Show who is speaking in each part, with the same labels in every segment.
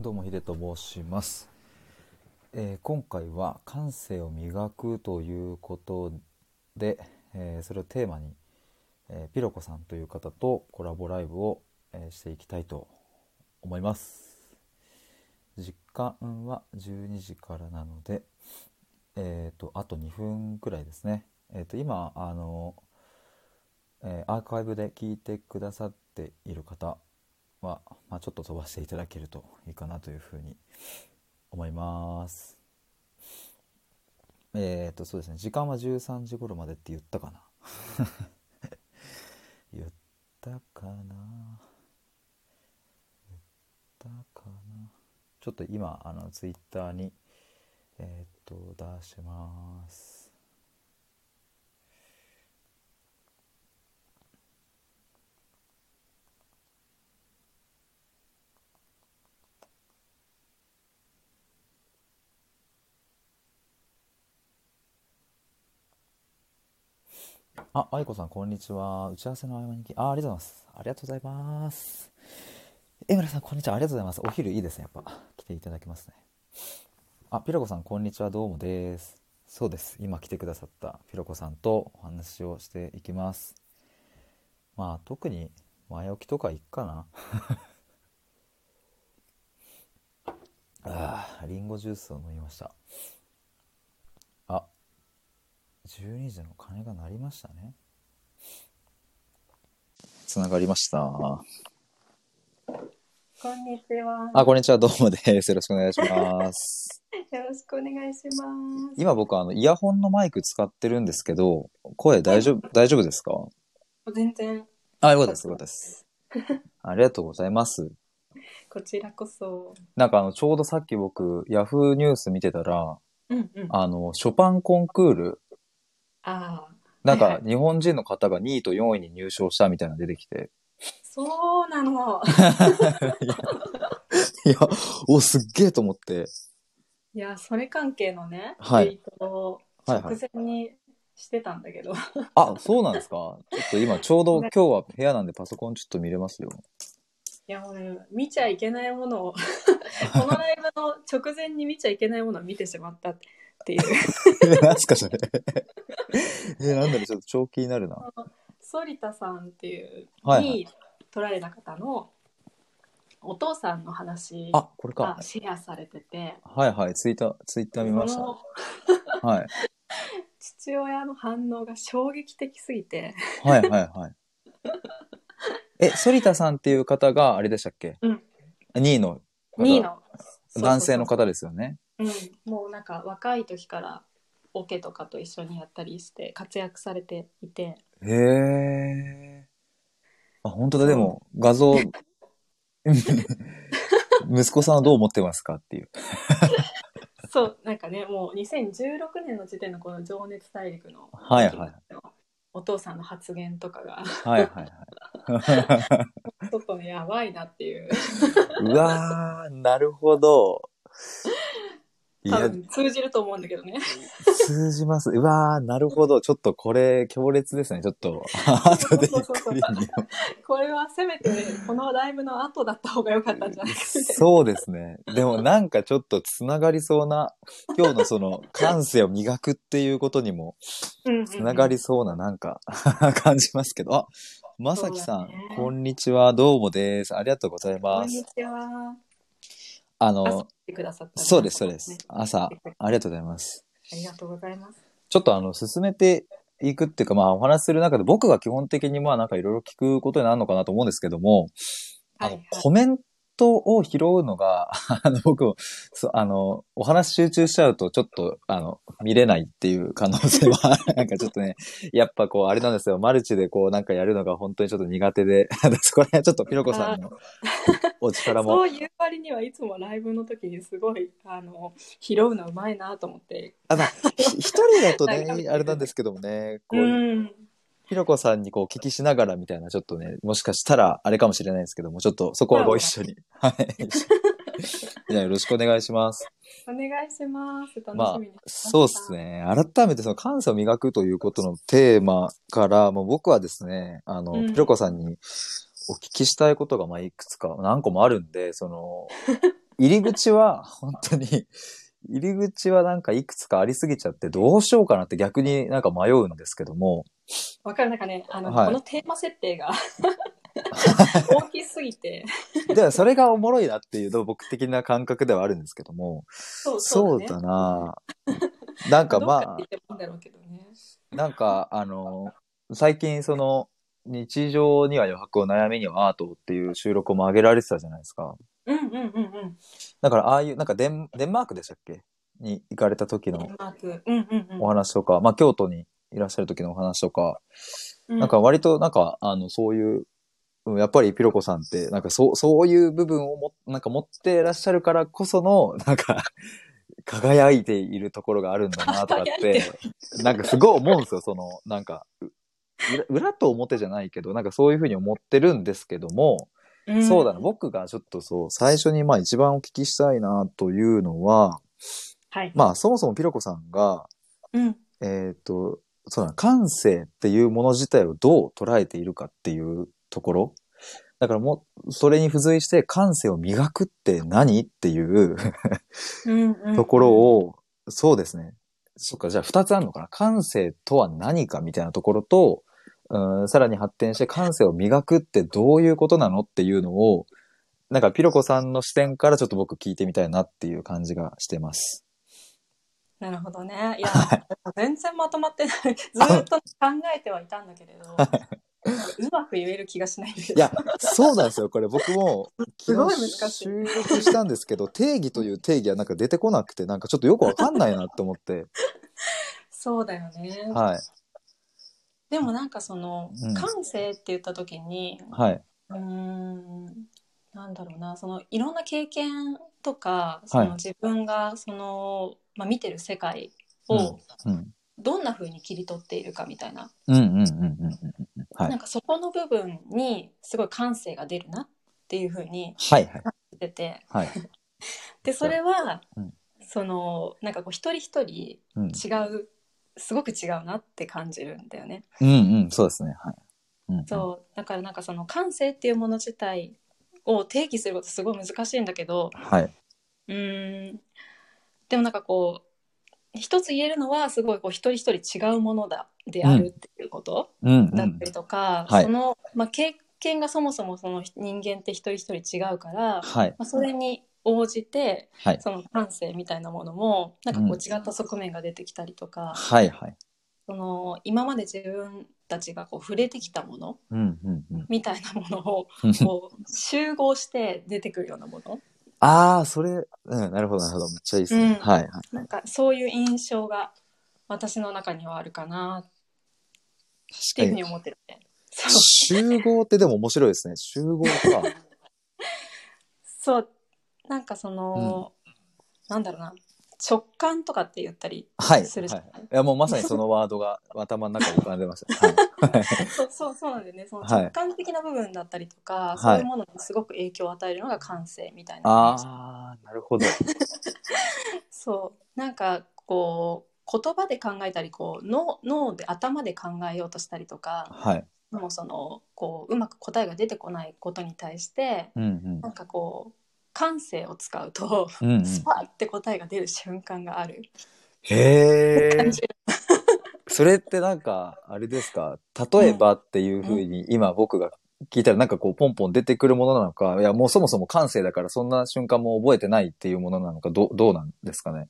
Speaker 1: どうもヒデと申します、えー今回は感性を磨くということで、えーそれをテーマに、えーピロコさんという方とコラボライブを、えーしていきたいと思います時間は12時からなのでえっ、とあと2分くらいですねえっ、と今あのえーアーカイブで聞いてくださっている方は、まあ、ちょっと飛ばしていただけるといいかなというふうに思います。えっ、とそうですね時間は13時頃までって言ったかな 言ったかな言ったかなちょっと今あのツイッターにえっ、と出します。あ、愛子さん、こんにちは。打ち合わせの合間にき、あ、ありがとうございます。ありがとうございます。江村さん、こんにちは。ありがとうございます。お昼いいですね。やっぱ、来ていただけますね。あ、ピロコさん、こんにちは。どうもです。そうです。今来てくださったピロコさんとお話をしていきます。まあ、特に前置きとかいっかな。 あー、リンゴジュースを飲みました。あ、12時の鐘が鳴りましたね。つながりました。
Speaker 2: こんにちは。
Speaker 1: あ、こんにちは、どうもです。よろしくお願いします。
Speaker 2: よろしくお願いします。
Speaker 1: 今僕、あの、イヤホンのマイク使ってるんですけど、声大丈夫、大丈夫ですか
Speaker 2: 全然
Speaker 1: あ、よかったです、よかったです。ありがとうございます。
Speaker 2: こちらこそ。
Speaker 1: なんかあの、ちょうどさっき僕、ヤフーニュース見てたら、
Speaker 2: うんうん。あ
Speaker 1: あの、ショパンコンクール、
Speaker 2: あー、
Speaker 1: なん
Speaker 2: はい
Speaker 1: か
Speaker 2: は
Speaker 1: 日本人の方が2位と4位に入賞したみたいなの出てきて、
Speaker 2: そう なの。
Speaker 1: いや、お、すっげえと思って。
Speaker 2: いや、それ関係のね、
Speaker 1: はい
Speaker 2: ツイートを
Speaker 1: はい
Speaker 2: 直
Speaker 1: はい。
Speaker 2: 前にしてたんだけど、
Speaker 1: あ、そうなんですかちょっと今、ちょうど今日は部屋なんでパソコンちょっと見れますよ。
Speaker 2: いや、もうね、見ちゃいけないものを、このライブの直前に見ちゃいけないものを見てしまったっていう、
Speaker 1: え、なんすかそれ。 え、なんだろう、ちょっと長期になるな。
Speaker 2: 反田さんっていう、
Speaker 1: はいはい
Speaker 2: に取られた方のお父さんの話
Speaker 1: あ、これ
Speaker 2: が
Speaker 1: か。
Speaker 2: シェアされてて、
Speaker 1: はいはい、ツイッター、ツイッター見まし
Speaker 2: その
Speaker 1: た。はい。
Speaker 2: 父親の反応が衝撃的すぎて、
Speaker 1: はいはい はい。え、反田さんっていう方が、あれでしたっけ
Speaker 2: うん。
Speaker 1: 2位の方。
Speaker 2: 2位の
Speaker 1: 男性の
Speaker 2: そう
Speaker 1: 方ですよね。
Speaker 2: そうそううん、もうなんか若い時からオケとかと一緒にやったりして活躍されていて
Speaker 1: へえ。あ、本当だ、でも、画像、 息子さんはどう思ってますかっていう。
Speaker 2: そうなんかねもう2016年の時点のこの「情熱大陸の」
Speaker 1: はいはい
Speaker 2: お父さんの発言とかが
Speaker 1: はいはいはい。
Speaker 2: ちょっとねやばいなっていう
Speaker 1: うわー、なるほど。い
Speaker 2: 多
Speaker 1: や、
Speaker 2: 分通じると思うんだけどね
Speaker 1: 通じます。うわー、なるほど。ちょっとこれ、強烈ですね。ちょっと、あ後 でゆっくり見よ
Speaker 2: これはせめてこのライブの後だった方が良かったんじゃな
Speaker 1: う
Speaker 2: いかな
Speaker 1: そうですね。でもなんかちょっとつながりそうな、今日のその、感性を磨くっていうことにも、
Speaker 2: うんうん
Speaker 1: つながりそうななんか、感じますけど。あ、まさきさん、
Speaker 2: そうだね
Speaker 1: こんにちは。どうもです。ありがとうござい
Speaker 2: こ
Speaker 1: ま
Speaker 2: んに
Speaker 1: す。
Speaker 2: ちは
Speaker 1: あ
Speaker 2: 朝
Speaker 1: の
Speaker 2: 来、てくださった
Speaker 1: そうです、そうで
Speaker 2: ね
Speaker 1: す。朝、ありがとうございます。
Speaker 2: ありがとうございます。
Speaker 1: ちょっとあの、進めていくっていうか、まあ、お話しする中で、僕が基本的にまあ、なんかいろいろ聞くことになるのかなと思うんですけども、あ
Speaker 2: はいは
Speaker 1: の
Speaker 2: い、
Speaker 1: コメントを拾うのが、 あの、僕も、そうあの、お話集中しちゃうと、ちょっと、あの、見れないっていう可能性は、なんかちょっとね、 やっぱこう、あれなんですよ、マルチでこう、なんかやるのが本当にちょっと苦手で、これはちょっとピロコさんのお力も
Speaker 2: そういう割にはいつもライブの時にすごいあの拾うのうまいなと思って。
Speaker 1: あ、まあ、ひ一人だとね
Speaker 2: なん、か
Speaker 1: あれなんですけどもね、こ
Speaker 2: う
Speaker 1: う、
Speaker 2: ん。
Speaker 1: ひろこさんにこうお聞きしながらみたいな、ちょっとね、もしかしたらあれかもしれないですけども、ちょっとそこはご一緒に。はい。じゃあよろしくお願いします。
Speaker 2: お願いします。楽
Speaker 1: まあ
Speaker 2: しみにしてました
Speaker 1: そうです。ね。改めてその感性を磨くということのテーマから、もう僕はですね、あの、
Speaker 2: うん
Speaker 1: ひろこさんにお聞きしたいことが、まあ、いくつか、何個もあるんで、その、入り口は、本当に、入り口はなんかいくつかありすぎちゃって、どうしようかなって逆になんか迷うんですけども、
Speaker 2: わかるなんかねあの、
Speaker 1: はい
Speaker 2: このテーマ設 定が大きすぎて
Speaker 1: で、それがおもろいなっていうの僕的な感覚ではあるんですけども、
Speaker 2: そう
Speaker 1: そうだななんかまあ
Speaker 2: どっかって、言ってもいいんだろうけどね
Speaker 1: なんか、あの、最近その、日常には余白を悩みにはアートをっていう収録も上げられてたじゃないですか。
Speaker 2: うんうんうんうん
Speaker 1: だからああいう、なんかデンデンマークでしたっけに行かれた時の
Speaker 2: デンマークうんうんうん
Speaker 1: お話とか、まあ京都にいらっしゃる時のお話とか、
Speaker 2: う
Speaker 1: なんか割となんか、あの、そういう、うんやっぱりピロコさんって、なんかそう、そういう部分をも、なんか持ってらっしゃるからこその、なんか、 輝いているところがあるんだなとかっ
Speaker 2: 輝い
Speaker 1: て、なんかすごい思うんですよ、その、なんか、う裏裏と表じゃないけど、なんかそういうふうに思ってるんですけども、
Speaker 2: ん
Speaker 1: そうだな、僕がちょっとそう、最初にまあ一番お聞きしたいなというのは、
Speaker 2: はい、
Speaker 1: まあそもそもピロコさんが、
Speaker 2: うん
Speaker 1: えっ、と、そうだな、感性っていうもの自体をどう捉えているかっていうところ。だからもう、それに付随して感性を磨くって何っていう
Speaker 2: うんうん
Speaker 1: ところを、そうですね。そっか、じゃあ二つあるのかな。感性とは何かみたいなところと、うんさらに発展して感性を磨くってどういうことなのっていうのを、なんかピロコさんの視点からちょっと僕聞いてみたいなっていう感じがしてます。
Speaker 2: なるほどね。いや、全然まとまってない。 ずーっと考えてはいたんだけれど、うまく言える気がしないんだけ
Speaker 1: い
Speaker 2: ど
Speaker 1: や、そうなんですよ。これ僕も、
Speaker 2: すごい
Speaker 1: 昨日
Speaker 2: 難しい
Speaker 1: 収録したんですけど、定義という定義はなんか出てこなくて、なんかちょっとよくわかんないなって思 って。
Speaker 2: そうだよね。
Speaker 1: はい。
Speaker 2: でもなんかその
Speaker 1: うん
Speaker 2: 感性って言った時に、
Speaker 1: はい。
Speaker 2: うーん、なんだろうな、そのいろんな経験とか、そ
Speaker 1: は
Speaker 2: の自分がその、まあ、見てる世界を
Speaker 1: うん。
Speaker 2: どんな風に切り取っているかみたいな、
Speaker 1: うんうんうんうんうんうん。はい
Speaker 2: なん。かそこの部分にすごい感性が出るなっていう風に
Speaker 1: はいはい。
Speaker 2: 言ってて。
Speaker 1: はい。
Speaker 2: でそれは、
Speaker 1: うん
Speaker 2: そのなんかこう一人一人
Speaker 1: うん。
Speaker 2: 違うすごく違うなって感じるんだよね。
Speaker 1: うんうん。そうですね。はい。うん、
Speaker 2: そうだからなんかその感性っていうもの自体を定義することすごい難しいんだけど
Speaker 1: はい。
Speaker 2: うーんでもなんかこう一つ言えるのはすごいこう一人一人違うものだであるっていうこと
Speaker 1: うん、う
Speaker 2: だっ
Speaker 1: ん
Speaker 2: た。りとか、
Speaker 1: はい
Speaker 2: その、まあ、経験がそもそもその人間って一人一人違うから、
Speaker 1: はい。
Speaker 2: まあ、それに応じて
Speaker 1: はい。
Speaker 2: その感性みたいなものもなんかこ
Speaker 1: う
Speaker 2: うん違った側面が出てきたりとか、
Speaker 1: はいはい。
Speaker 2: その今まで自分たちがこう触れてきたもの
Speaker 1: うんうんうん。
Speaker 2: みたいなものを こう集合して出てくるようなもの
Speaker 1: ああ、それ、うん、なるほどなるほど。めっちゃいいですね。
Speaker 2: うん
Speaker 1: はいはい。
Speaker 2: なんかそういう印象が私の中にはあるかなっていうふうに思ってるね。そう
Speaker 1: 集合ってでも面白いですね。集合 か。
Speaker 2: そうなんかその、なんだろうな直感とかって言ったり
Speaker 1: はい。
Speaker 2: するじ
Speaker 1: は
Speaker 2: ゃ
Speaker 1: い
Speaker 2: ん、
Speaker 1: いや、もうまさにそのワードが頭の中に浮かんでました。はい
Speaker 2: そうそうそうなんだよねその
Speaker 1: はい
Speaker 2: 直感的な部分だったりとか、
Speaker 1: い
Speaker 2: そういうものにすごく影響を与えるのが感性みたいな
Speaker 1: ああ、なるほど。
Speaker 2: そうなんかこう言葉で考えたりこう脳脳で頭で考えようとしたりとか
Speaker 1: はい。
Speaker 2: でもそのこううまく答えが出てこないことに対して
Speaker 1: うん
Speaker 2: なんかこう感性を使うと
Speaker 1: うん。うんうん、
Speaker 2: スパッて答えが出る瞬間がある
Speaker 1: へえ
Speaker 2: 感。じる
Speaker 1: それってなんか、あれですか、例えばっていうふうに今僕が聞いたらなんかこうポンポン出てくるものなのか、いやもうそもそも感性だからそんな瞬間も覚えてないっていうものなのか、どうどうなんですかね。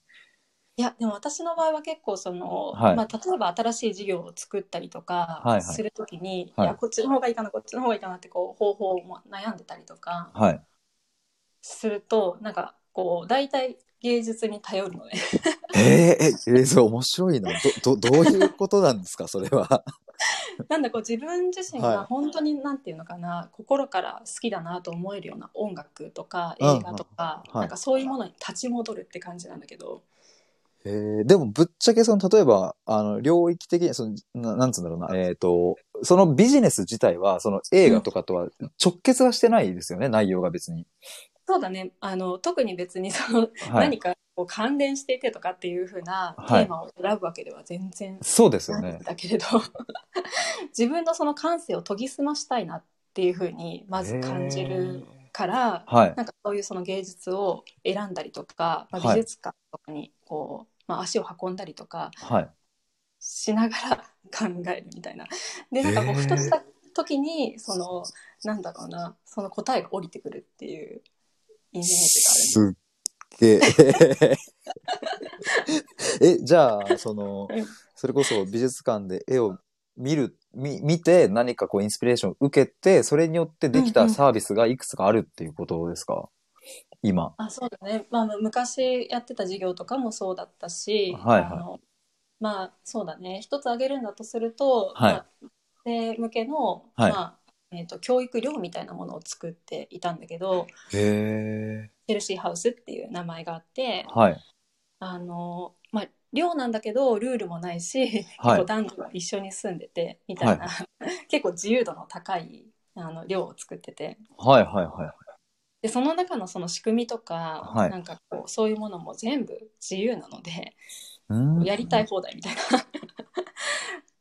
Speaker 2: いやでも私の場合は結構その、
Speaker 1: はい
Speaker 2: まあ、例えば新しい事業を作ったりと
Speaker 1: はいは
Speaker 2: か
Speaker 1: い
Speaker 2: するときに、
Speaker 1: はい
Speaker 2: いやこっちの方がいいかなこっちの方がいいかなってこう方法も悩んでたりとか
Speaker 1: はい。
Speaker 2: するとなんかこう大体芸術に頼るのね
Speaker 1: へえ、え、えそれ面白いな。ど、ど、どういうことなんですか、それは。
Speaker 2: なんだこう自分自身
Speaker 1: はい
Speaker 2: が本当になんていうのかな、心から好きだなと思えるような音楽とか映
Speaker 1: うん
Speaker 2: 画とか、
Speaker 1: うんはい
Speaker 2: なんかそういうものに立ち戻るって感じなんだけど、
Speaker 1: えー、でもぶっちゃけその、例えば、あの、領域的に、その、ななんつうんだろうな、えっ、と、そのビジネス自体は、その映画とかとは直結はしてないですよね、内容が別に。
Speaker 2: そうだねあの特に別にその、
Speaker 1: はい。
Speaker 2: 何かこう関連していてとかっていう風なテ
Speaker 1: はい
Speaker 2: ーマを選ぶわけでは全然
Speaker 1: そうですよ
Speaker 2: ない
Speaker 1: ね
Speaker 2: ん。だけれど、 自分のその感性を研ぎ澄ましたいなっていう風にまず感じるから、
Speaker 1: はい。
Speaker 2: なんかそういうその芸術を選んだりとか、まあ
Speaker 1: はい
Speaker 2: 美術館とかにこう、まあ、足を運んだりとか
Speaker 1: はい。
Speaker 2: しながら 考えるみたいな。でなんかこう
Speaker 1: へー
Speaker 2: ふとした時にそのなんだろうなその答えが降りてくるっていうイメージ
Speaker 1: すっげえ。 え、じゃあ、その
Speaker 2: うん、
Speaker 1: それこそ美術館で絵を見る、み見て何かこうインスピレーションを受けて、それによってでき
Speaker 2: うん
Speaker 1: た
Speaker 2: うん
Speaker 1: サービスがいくつかあるっていうことですか今。
Speaker 2: がある。あそうだね、まあ、昔やってた授業とかもそうだったし、
Speaker 1: はいはい
Speaker 2: あのまあそうだね一つ挙げるんだとすると、
Speaker 1: はい
Speaker 2: まあ学生向けの、
Speaker 1: はい
Speaker 2: まあえー、と教育寮みたいなものを作っていたんだけど。
Speaker 1: へえ。
Speaker 2: チェルシーハウスっていう名前があって
Speaker 1: はい。
Speaker 2: あの、まあ、寮なんだけどルールもないし、
Speaker 1: はい
Speaker 2: 結構男女が一緒に住んでてみたいな、 結構自由度の高いあの寮を作ってて
Speaker 1: はいはいはい。
Speaker 2: でその中のその仕組みとか、
Speaker 1: はい
Speaker 2: なんかこうそういうものも全部自由なので
Speaker 1: うーん
Speaker 2: やりたい。放題 みたいな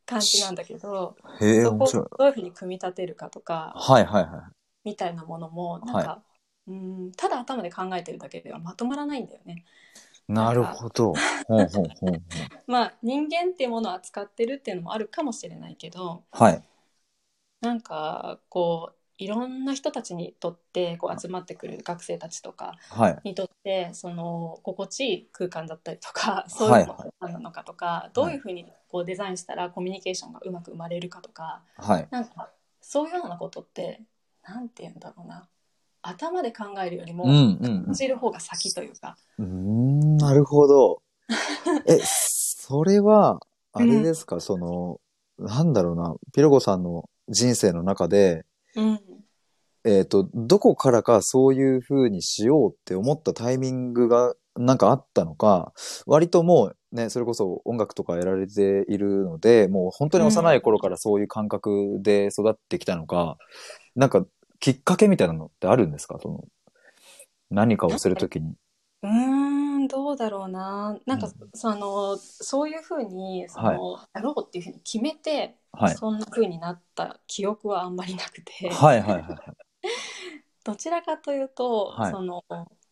Speaker 2: 感じなんだけど、
Speaker 1: へえ、
Speaker 2: そこ
Speaker 1: 面
Speaker 2: を
Speaker 1: 白い
Speaker 2: ど。ういうふうに組み立てるかとか
Speaker 1: はいはいはい。
Speaker 2: みたいなものもなんか、うんただ頭で考えてるだけではまとまらないんだよね。
Speaker 1: なるほど。ほうほうほうほう。
Speaker 2: まあ人間っていうものを扱ってるっていうのもあるかもしれないけど
Speaker 1: はい。
Speaker 2: なんかこういろんな人たちにとってこう集まってくる学生たちとか
Speaker 1: はい。
Speaker 2: にとってその心地いい空間だったりとかそういうの
Speaker 1: は
Speaker 2: が何なのかとか、どういうふうにこうデザインしたらコミュニケーションがうまく生まれるかとか
Speaker 1: はい。
Speaker 2: なんかそういうようなことってなんて言うんだろうな頭で考えるよりも
Speaker 1: うん
Speaker 2: 感
Speaker 1: うんうん。
Speaker 2: じる方が先というか、
Speaker 1: うーん、なるほど。え、それは、あれですか、その、なんだろうな、ピロコさんの人生の中で、
Speaker 2: うん、
Speaker 1: えっ、と、どこからかそういう風にしようって思ったタイミングがなんかあったのか、割ともうね、それこそ音楽とかやられているので、もう本当に幼い頃からそういう感覚で育ってきたのか、なんかきっかけみたいなのってあるんですかその、何かをするときに。
Speaker 2: うーん、どうだろうな。なんか、
Speaker 1: うん
Speaker 2: その、そういうふうに、その、やろうっていうふうに決めて、
Speaker 1: はい。
Speaker 2: そんなふうになった記憶はあんまりなくて、
Speaker 1: はいはいはいはい。
Speaker 2: どちらかというと、
Speaker 1: はい
Speaker 2: その、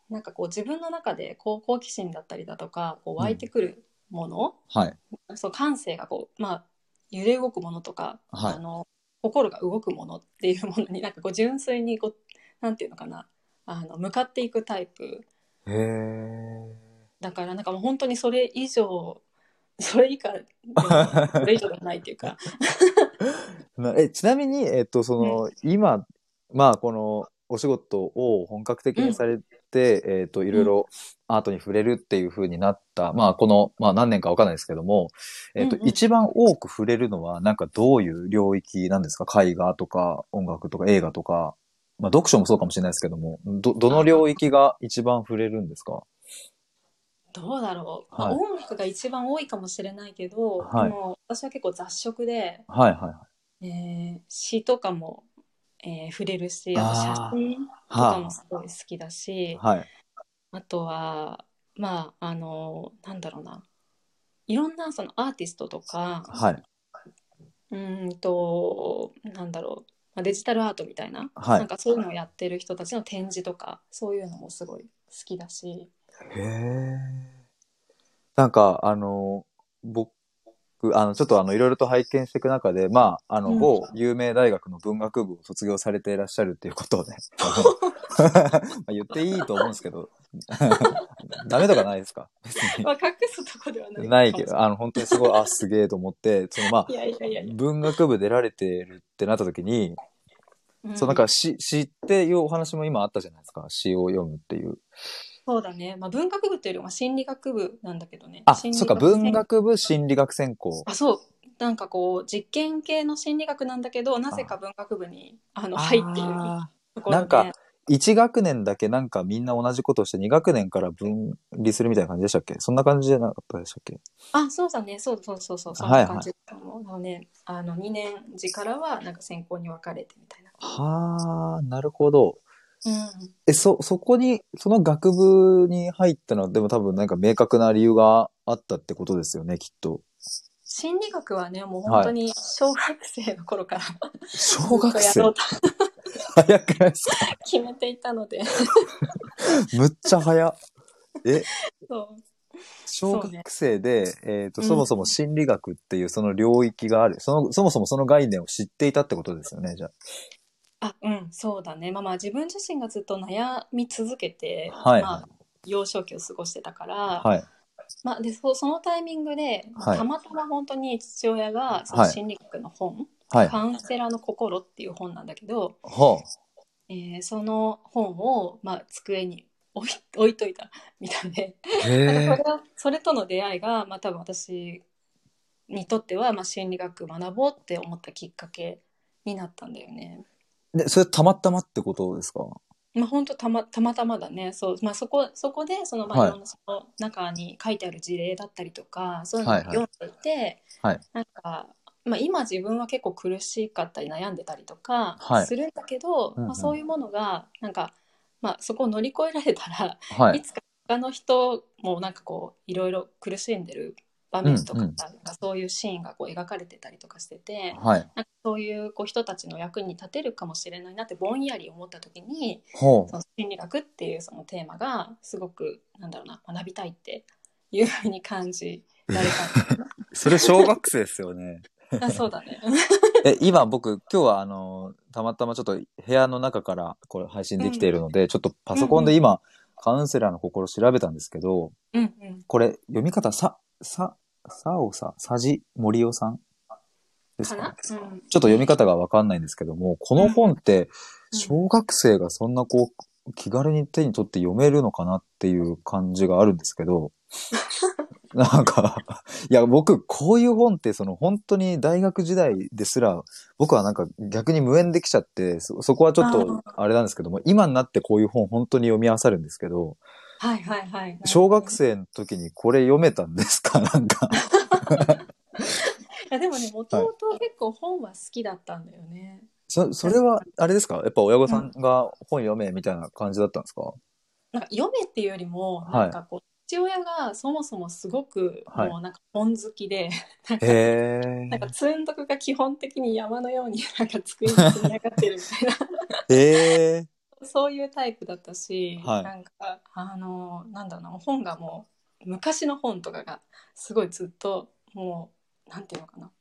Speaker 2: なんかこう自分の中でこう好奇心だったりだとか、こう湧いてくるもの、
Speaker 1: はい。
Speaker 2: そう感性がこう、まあ、揺れ動くものとか、
Speaker 1: はい
Speaker 2: あの、心が動くものっていうものになん かこう純粋にこう、なんていうのかな、あの、向かっていくタイプ。
Speaker 1: へえ。
Speaker 2: だからなんかもう本当にそれ以上それ以下で もそれ以上でもないっていうか
Speaker 1: なえちなみに、えっと、その、今、まあ、この、お仕事を本格的にされて、えっと、いろいろアートに触れるっていう風になった、まあ、この、まあ、何年かわかんないですけども、えっと、
Speaker 2: うんうん
Speaker 1: 一番多く触れるのは、なんかどういう領域なんですか絵画とか、音楽とか、映画とか、まあ、読書もそうかもしれないですけども、ど、どの領域が一番触れるんですか
Speaker 2: どうだろう、まあ
Speaker 1: はい
Speaker 2: 音楽が一番多いかもしれないけど、
Speaker 1: はい
Speaker 2: でも私は結構雑食で、
Speaker 1: はいはいはい。
Speaker 2: えー詩とかも、えー触れるしあと写
Speaker 1: あー
Speaker 2: 真とかも
Speaker 1: は
Speaker 2: すごい好きだし
Speaker 1: い。はい。
Speaker 2: あとはまああのなんだろうないろんなそのアーティストとか
Speaker 1: はい。
Speaker 2: うーんとなんだろうまあデジタルアートみたいな,、
Speaker 1: はい
Speaker 2: なんかそういうのをやってる人たちの展示とかそういうのもすごい好きだし、
Speaker 1: へえ。なんか、あの、僕、あの、ちょっとあの、いろいろと拝見していく中で、まあ、あの、
Speaker 2: うん
Speaker 1: 某有名大学の文学部を卒業されていらっしゃるっていう ことをね、まあ言っていいと思うんですけど、 ダメとかないですか別に
Speaker 2: まあ、隠すとこではない
Speaker 1: ないけど、あの、本当にすごい、あ、すげえと思って、そのまあ
Speaker 2: い、やいやいやいや、
Speaker 1: 文学部出られてるってなった時に、
Speaker 2: うん
Speaker 1: そうなんか詩、詩っていうお話も今あったじゃないですか。詩を読むっていう。
Speaker 2: そうだね、まあ、文学部っていうよりは心理学部なんだけどね
Speaker 1: あ、そ
Speaker 2: 心理
Speaker 1: っか、
Speaker 2: 専
Speaker 1: 文学部心理学専攻。
Speaker 2: あそうなんかこう実験系の心理学なんだけどなぜか文学部にあの入っている
Speaker 1: あー
Speaker 2: ところで
Speaker 1: なんか一学年だけなんかみんな同じことして二学年から分離するみたいな感じでしたっけそんな感じじゃなかったでしたっけ
Speaker 2: あ、そうだね、そうそうそうそう、そん
Speaker 1: はいは
Speaker 2: な
Speaker 1: い
Speaker 2: 感じだと思う。あのね、あの2年次からはなんか専攻に分かれてみたいな。
Speaker 1: はあ、なるほど。
Speaker 2: うん、
Speaker 1: え、そ、そこに、その学部に入ったのは、でも多分なんか明確な理由があったってことですよね、きっと。
Speaker 2: 心理学はね、もう本当に小学生の頃から、
Speaker 1: 小学
Speaker 2: ずっとや
Speaker 1: 生
Speaker 2: ろうと
Speaker 1: 早くないですか
Speaker 2: 決めていたので。
Speaker 1: むっちゃ早っえ
Speaker 2: そう。
Speaker 1: 小学生で、えっ、と、
Speaker 2: うん
Speaker 1: そもそも心理学っていうその領域がある、その、そもそもその概念を知っていたってことですよね、じゃ
Speaker 2: あ、うん、そうだね。まあまあ自分自身がずっと悩み続けて、
Speaker 1: はい
Speaker 2: まあ、幼少期を過ごしてたから、
Speaker 1: あ。はい。
Speaker 2: まあ、でそそのタイミングで、
Speaker 1: はい
Speaker 2: たまたま本当に父親がその
Speaker 1: はい
Speaker 2: 心理学の本
Speaker 1: はい。
Speaker 2: カウンセラーの心」っていう本なんだけど、
Speaker 1: は
Speaker 2: えーその本を、まあ、机に置い置いといたみたいで、
Speaker 1: あ。
Speaker 2: な
Speaker 1: へ
Speaker 2: んかそれはそれとの出会いが、まあ、多分私にとっては、まあ、心理学学ぼうって思ったきっかけになったんだよね。
Speaker 1: え。で、それたまたまってことですか
Speaker 2: まあ、本当たまたまたまだねそう、まあ、そこそこでその,、まあ
Speaker 1: はい
Speaker 2: いろんなその中に書いてある事例だったりとかそういうのを
Speaker 1: はいはい
Speaker 2: 読んでいて、
Speaker 1: はい
Speaker 2: なんか、まあ、今自分は結構苦しかったり悩んでたりとか
Speaker 1: はい
Speaker 2: するんだけど、
Speaker 1: うんうん
Speaker 2: まあ、そういうものがなんか、まあ、そこを乗り越えられたら、、
Speaker 1: はいい。
Speaker 2: つか他の人もなんかこういろいろ苦しんでる場面とか,、
Speaker 1: うんうん
Speaker 2: なんかそういうシーンがこう描かれてたりとかしてて。
Speaker 1: はい。
Speaker 2: なんかそういうこう人たちの役に立てるかもしれないなってぼんやり思った時に、
Speaker 1: ほ
Speaker 2: その心理学っていうそのテーマがすごくなんだろうな学びたいっていうふうに感じられ
Speaker 1: う。それ小学生ですよね。
Speaker 2: たん だあそうだね
Speaker 1: え、今僕、今日はあの、たまたまちょっと部屋の中からこれ配信できているので、ちょっとパソコンで今、カウンセラーの心調べたんですけど、
Speaker 2: うんうん
Speaker 1: これ、読み方、さ、さ、さおさ、さじ、森尾さんです
Speaker 2: か
Speaker 1: か
Speaker 2: な、う
Speaker 1: ちょっ
Speaker 2: ん、
Speaker 1: と読み方がわかんないんですけども、この本って、
Speaker 2: うん
Speaker 1: 小学生がそんなこう、気軽に手に取って読めるのかなっていう感じがあるんですけ ど、なんか、いや、僕、こういう本って、その、本当に大学時代ですら、僕はなんか逆に無縁できちゃって、そ、そこはちょっと、あれなんですけども、今になってこういう本本当に読み漁るんですけど、
Speaker 2: はいはいはい
Speaker 1: 小学生の時にこれ読めたんですかなんか。
Speaker 2: いやでもねもともと結構本は好きだったんだよね、
Speaker 1: そ、それは、あれですかやっぱ親御さんが本読めみたいな感じだったんですか、
Speaker 2: なんか読めっていうよりも
Speaker 1: はい
Speaker 2: なんかこう、父親がそもそもすごく
Speaker 1: はい
Speaker 2: もうなんか本好きで、
Speaker 1: へ
Speaker 2: なんか積んどくが基本的に山のようになんか机に積み上がってるみたいな
Speaker 1: え。へえ。
Speaker 2: そういうタイプだったし、
Speaker 1: はい
Speaker 2: なんかあのなんだろうな本がもう昔の本とかがすごいずっともうなんていうのかな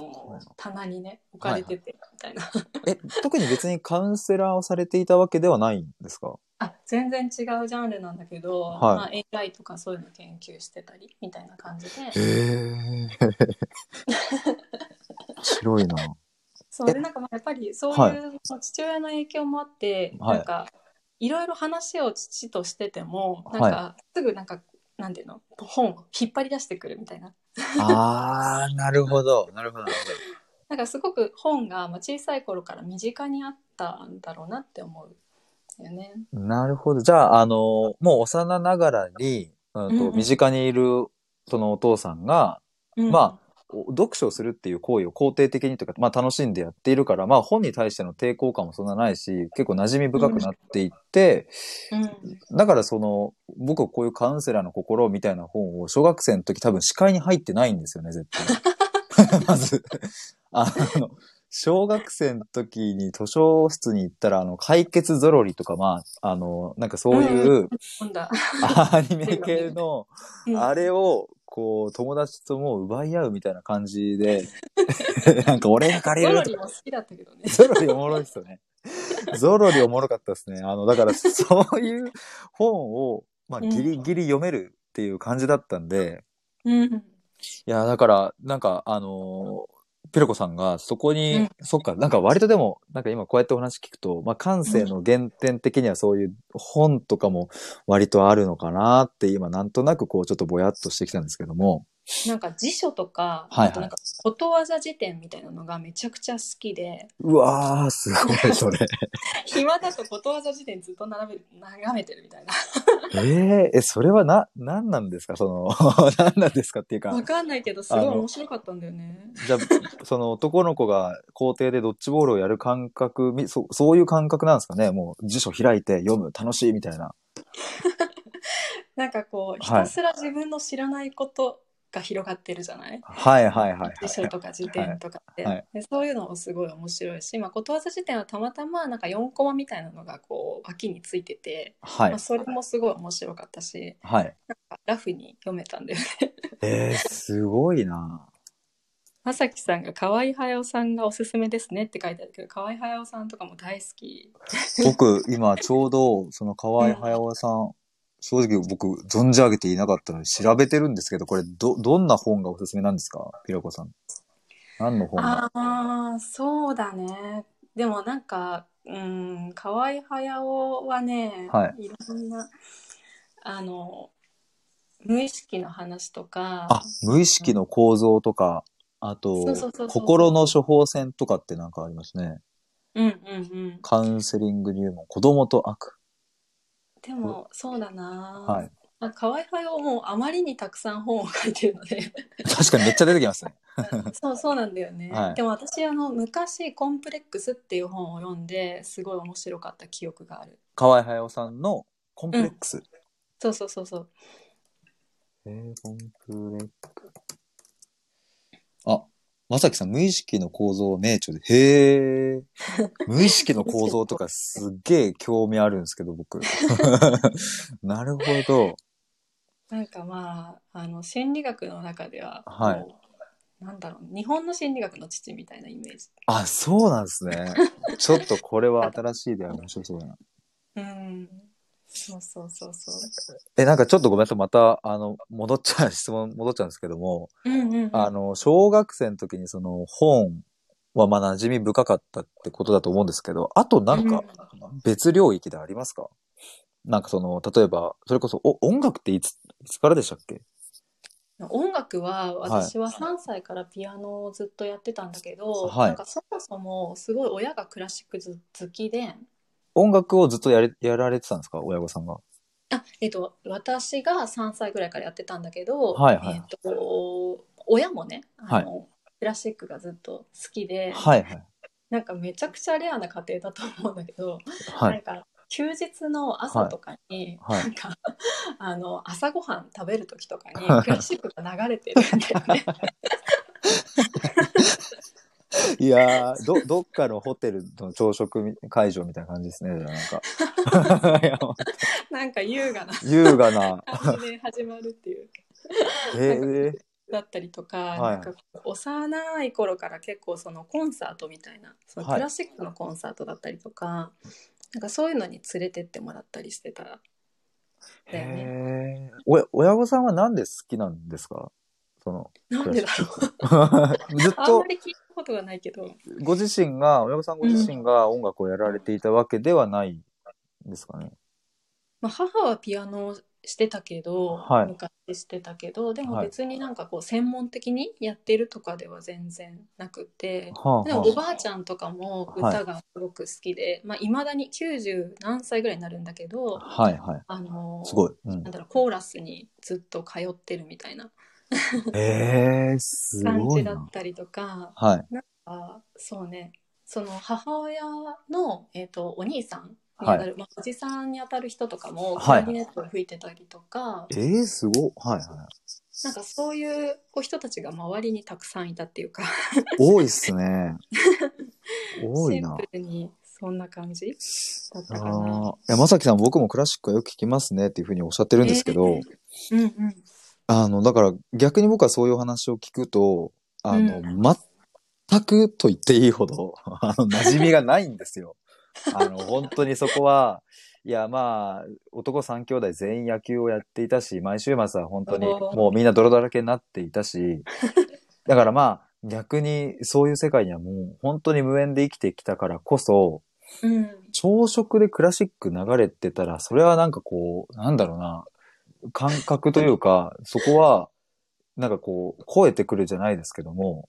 Speaker 2: もう棚にね置かれててみたいな、
Speaker 1: え、特に別にカウンセラーをされていたわけではないんですか
Speaker 2: あ全然違うジャンルなんだけど、
Speaker 1: は
Speaker 2: まあ、AI とかそういうの研究してたりみたいな感じで
Speaker 1: へえ。白いな。
Speaker 2: そうでなんかまあやっぱりそういう、
Speaker 1: はい
Speaker 2: その父親の影響もあって、
Speaker 1: はい
Speaker 2: なんかいろいろ話を父としててもなんか、すぐなんかなんていうの本を引っ張り出してくるみたいな。
Speaker 1: あー、なるほど。なるほど。なる
Speaker 2: なんかすごく本がまあ小さい頃から身近にあったんだろうなって思うよね。
Speaker 1: ほど。なるほど。じゃあ、あの、もう幼ながらに、うん
Speaker 2: うんう
Speaker 1: と、
Speaker 2: ん
Speaker 1: 身近にいる、そのお父さんが、
Speaker 2: うん
Speaker 1: まお読書をするっていう行為を肯定的にというか、まあ楽しんでやっているから、まあ本に対しての抵抗感もそんなないし、結構馴染み深くなっていって、
Speaker 2: うん
Speaker 1: だからその、僕はこういうカウンセラーの心みたいな本を小学生の時多分視界に入ってないんですよね、絶 対。まず、あの、小学生の時に図書室に行ったら、あの、解決ぞろりとか、まあ、あの、なんかそういう
Speaker 2: 本だ。
Speaker 1: アニメ系の、
Speaker 2: うん
Speaker 1: あれを、こう、友達ともう奪い合うみたいな感じで、 なんか俺が借り
Speaker 2: ゾロ
Speaker 1: ると
Speaker 2: リ
Speaker 1: か。
Speaker 2: も好きだったけどね。
Speaker 1: ゾロリおもろいっすよ ね。ゾロリおもろかったですね。あの、だから、そういう本を、まあ、
Speaker 2: うん
Speaker 1: ギリギリ読めるっていう感じだったんで、
Speaker 2: うん
Speaker 1: いや、だから、なんか、あのーピロコさんがそこに、
Speaker 2: うん
Speaker 1: そっか、なんか割とでも、なんか今こうやってお話聞くと、まあ感性の原点的にはそういう本とかも割とあるのかなって今なんとなくこうちょっとぼやっとしてきたんですけども、
Speaker 2: なんか辞書とか、
Speaker 1: はいはい
Speaker 2: あとなんかことわざ辞典みたいなのがめちゃくちゃ好 きで、
Speaker 1: うわー、すごい、 それ。
Speaker 2: 暇だとことわざ辞典ずっと並べ眺めてるみたいな。
Speaker 1: えー、え、それはな、何なんですかその、 何なんですかっていう
Speaker 2: わ
Speaker 1: か、
Speaker 2: かんないけどすごい面白かったんだよね。
Speaker 1: じゃあ、その男の子が校庭でドッジボールをやる感覚、みそそういう感覚なんですかねもう辞書開いて読む、楽しいみたいな。
Speaker 2: なんかこうひ
Speaker 1: はい
Speaker 2: たすら自分の知らないことが広がってるじゃない
Speaker 1: はいはいはいはい。
Speaker 2: 辞書とか辞典とかって、
Speaker 1: はいはい
Speaker 2: でそういうのもすごい面白いし、まあ、ことわざ辞典はたまたまなんか4コマみたいなのがこう脇についてて、
Speaker 1: はい
Speaker 2: まあ、。それもすごい面白かったし
Speaker 1: はい。
Speaker 2: ラフに読めた んだよね
Speaker 1: えー、すごい な。
Speaker 2: まさきさんが「河合駿さんがおすすめですね」って書いてあるけど河合駿さんとかも大好き
Speaker 1: 僕、今ちょうど、その河合駿さん、正直僕、存じ上げていなかったので調べてるんですけど、これ、ど、どんな本がおすすめなんですかピラコさん。何の本が
Speaker 2: ああそうだねでもなんかうん河合駿はね、、
Speaker 1: はい
Speaker 2: ろんなあの無意識の話とか
Speaker 1: あ、無意識の構造とか、あ
Speaker 2: そ
Speaker 1: と
Speaker 2: うそうそうそ、う
Speaker 1: 心の処方箋とかってなんかありますね。
Speaker 2: うんうんうん
Speaker 1: カウンセリング入門、子供と悪。
Speaker 2: でもそうだな、
Speaker 1: はい。
Speaker 2: あ河合駿もうあまりにたくさん本を書いてる ので
Speaker 1: 確かにめっちゃ出てきますね。
Speaker 2: そうそうなんだよね、
Speaker 1: はい
Speaker 2: でも私あの昔「コンプレックス」っていう本を読んですごい面白かった記憶がある
Speaker 1: 河合駿さんのコンプレックス。
Speaker 2: そうそうそうそう
Speaker 1: えー、コンプレックあ、まさきさん、無意識の構造名著で。へ え。無意識の構造とかすっげえ興味あるんですけど、僕。 なるほど。
Speaker 2: なんかまああの心理学の中では、
Speaker 1: はい
Speaker 2: もうなんだろう日本の心理学の父みたいなイメージ
Speaker 1: あ、そうなんですね。ちょっとこれは新しいで面白そうだな。
Speaker 2: うんそうそうそうそう
Speaker 1: え、なんかちょっとごめんなさい。また、あの、戻っちゃう、質問戻っちゃうんですけども、
Speaker 2: うんうんうん
Speaker 1: あの、小学生の時にその本はまあ馴染み深かったってことだと思うんですけど、あとなんか、別領域でありますかなんかその、例えば、それこそ、お、音楽っていつ、いつからでしたっけ
Speaker 2: 音楽は
Speaker 1: はい
Speaker 2: 私は3歳からピアノをずっとやってたんだけど、
Speaker 1: はい
Speaker 2: なんかそもそもすごい親がクラシック好きで
Speaker 1: 音楽をずっとやれ、やられてたんですか親御さんが。
Speaker 2: あ、えっと、私が3歳ぐらいからやってたんだけど、
Speaker 1: はいはい
Speaker 2: えっと、親もねあの、クラシックがずっと好きで
Speaker 1: はいはい。
Speaker 2: なんかめちゃくちゃレアな家庭だと思うんだけど、
Speaker 1: は。
Speaker 2: ないんか休日の朝とかに、
Speaker 1: はいはい
Speaker 2: なんかあの朝ごはん食べる時とかにクラシックが流れてるんだよね。
Speaker 1: いやー、ど、どっかのホテルの朝食み会場みたいな感じですね。なんか。 いや
Speaker 2: なんか優雅な
Speaker 1: 優雅な。
Speaker 2: 感じで始まるっていう。
Speaker 1: えー、
Speaker 2: だったりとか,、
Speaker 1: い
Speaker 2: なんか幼い頃から結構そのコンサートみたいなその
Speaker 1: はい
Speaker 2: クラシックのコンサートだったりとか、なんかそういうのに連れてってもらったりしてた。だよね
Speaker 1: へーおや親御さんはなんで好きなんですかその、
Speaker 2: なんでだろう
Speaker 1: ずっ
Speaker 2: あん
Speaker 1: と
Speaker 2: ま、り聞いたことがないけど
Speaker 1: ご自身が、親御さんご自身が音楽をやられていたわけではないんですかね。
Speaker 2: まあ、母はピアノをしてたけど、
Speaker 1: はい
Speaker 2: 昔してたけどでも
Speaker 1: はい
Speaker 2: 別になんかこう専門的にやってるとかでは全然なくて、
Speaker 1: はあはあ
Speaker 2: でもおばあちゃんとかも歌がすごく好きで、いまあ、未だに90何歳ぐらいになるんだけど、
Speaker 1: はいはい。
Speaker 2: あの
Speaker 1: すごい。うん
Speaker 2: なんだろうコーラスにずっと通ってるみたいな
Speaker 1: えー、す
Speaker 2: 感
Speaker 1: ご
Speaker 2: じ
Speaker 1: い
Speaker 2: だ
Speaker 1: な
Speaker 2: っ。たりとか
Speaker 1: はい。
Speaker 2: あそうねその母親の、えー、とお兄さんに当
Speaker 1: はい
Speaker 2: たる、まあ、おじさんに当たる人とかもク
Speaker 1: はい
Speaker 2: ラリネットを吹いてたりとか、
Speaker 1: えー、すごい。はいは
Speaker 2: なんかそういうこう人たちが周りにたくさんいたっていうか
Speaker 1: い。多いっす ね。多
Speaker 2: シ
Speaker 1: い
Speaker 2: ン
Speaker 1: な
Speaker 2: プ。ルにそんな感じだった
Speaker 1: あ
Speaker 2: か
Speaker 1: ー。
Speaker 2: ない
Speaker 1: や、まさきさん、僕もクラシックはよく聞きますねっていうふうにおっしゃってるんですけど、
Speaker 2: うんうん、
Speaker 1: あの、だから逆に僕はそういうお話を聞くと、あの、
Speaker 2: う
Speaker 1: 全くと言っていいほど、 あの、馴染みがないんですよ。あの、本当にそこは、いや、まあ、男3兄弟全員野球をやっていたし、毎週末は本当に
Speaker 2: おー
Speaker 1: もうみんな泥だらけになっていたし、だからまあ、逆にそういう世界にはもう本当に無縁で生きてきたからこそ、
Speaker 2: うん、
Speaker 1: 朝食でクラシック流れてたら、それはなんかこう、なんだろうな、感覚というか、 そこは、なんかこう、超えてくるじゃないですけども、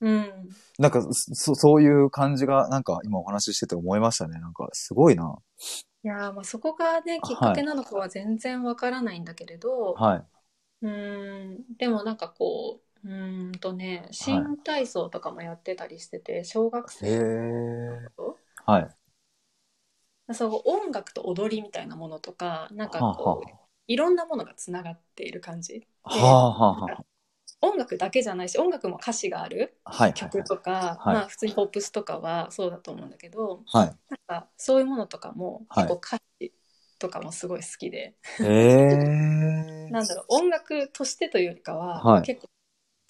Speaker 2: うん、
Speaker 1: なんかそ、そういう感じが、なんか今お話ししてて思いましたね。なんか、すごいな。
Speaker 2: いやーまあそこがねきっかけなのかは全然わからないんだけれど、
Speaker 1: はい。
Speaker 2: うーん、でもなんかこう、うーんとね、新体操とかもやってたりしてて、小学
Speaker 1: へ
Speaker 2: 生
Speaker 1: え。
Speaker 2: と、
Speaker 1: はい。
Speaker 2: そう音楽と踊りみたいなものとか、なんか
Speaker 1: はあは
Speaker 2: こう、いろんなものがつながっている感じ。
Speaker 1: あはあはあはあ。
Speaker 2: 音楽だけじゃないし音楽も歌詞がある
Speaker 1: はいはい
Speaker 2: 曲とか、
Speaker 1: はい
Speaker 2: まあ、普通にポップスとかはそうだと思うんだけど
Speaker 1: はい。はい
Speaker 2: なんかそういうものとかも
Speaker 1: はい
Speaker 2: 結構歌詞とかもすごい好きで、
Speaker 1: え
Speaker 2: なんだろう音楽としてというよりかは、
Speaker 1: はい
Speaker 2: 結構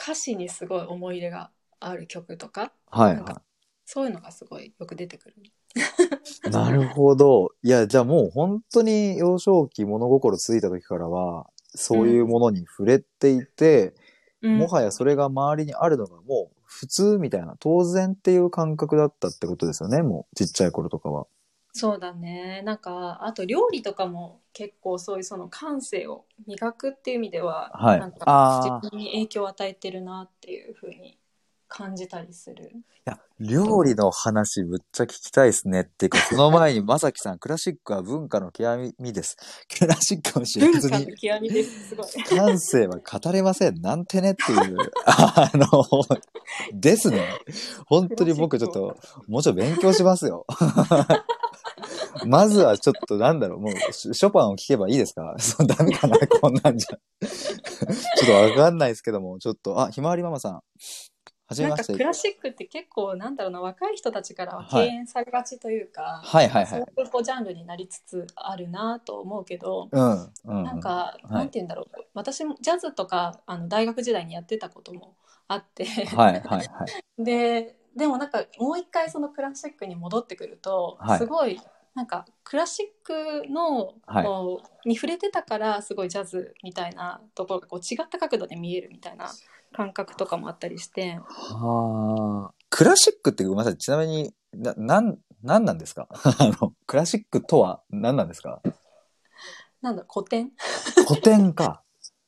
Speaker 2: 歌詞にすごい思い入れがある曲とか
Speaker 1: はい
Speaker 2: なんか
Speaker 1: は
Speaker 2: そういうのがすごいよく出てくる。
Speaker 1: い。なるほど。いや、じゃあもう本当に幼少期物心ついた時からは、そういうものに触れていて、
Speaker 2: うん
Speaker 1: もはやそれが周りにあるのがもう普通みたいな、当然っていう感覚だったってことですよね、もうちっちゃい頃とかは。
Speaker 2: そうだねなんかあと料理とかも結構そういうその感性を磨くっていう意味では、
Speaker 1: はい
Speaker 2: なん
Speaker 1: あー
Speaker 2: か自分に影響を与えてるなっていうふうに感じたりする。
Speaker 1: いや、料理の話ぶっちゃ聞きたいですね。っていうか、その前に、まさきさん、クラシックは文化の極みです。クラシックを知ら
Speaker 2: 文
Speaker 1: ず
Speaker 2: 化の
Speaker 1: に、
Speaker 2: 極みですすごい。
Speaker 1: 感性は語れません。なんてねっていう、 あの、ですね。本当に僕ちょっと、もうちょい勉強しますよ。 まずはちょっとなんだろう、もうシショパンを聴けばいいですか そうダメかな、こんなんじゃ。 ちょっとわかんないですけども、ちょっと、あ、ひまわりママさん。はじめ
Speaker 2: な
Speaker 1: ま
Speaker 2: んか
Speaker 1: して
Speaker 2: ク。ラシックって結構なんだろうな若い人たちからは敬遠されがちというか、
Speaker 1: はいはいは
Speaker 2: そう
Speaker 1: い
Speaker 2: い。うこうジャンルになりつつあるなと思うけど、
Speaker 1: うん。うん。
Speaker 2: なんか、
Speaker 1: い
Speaker 2: なんて言うんだろう私もジャズとかあの大学時代にやってたこともあって、
Speaker 1: はいはいはい。
Speaker 2: ででもなんかもう一回そのクラシックに戻ってくると、
Speaker 1: はい
Speaker 2: すごいなんかクラシックの、
Speaker 1: はい
Speaker 2: こうに触れてたからすごいジャズみたいなところがこう違った角度で見えるみたいな感覚とかもあったりして
Speaker 1: はあ。クラシックってごめんなさい。ちなみに、な、なん、なんなんですか あの、クラシックとは何なんですか
Speaker 2: なんだろう古典、
Speaker 1: 古典か。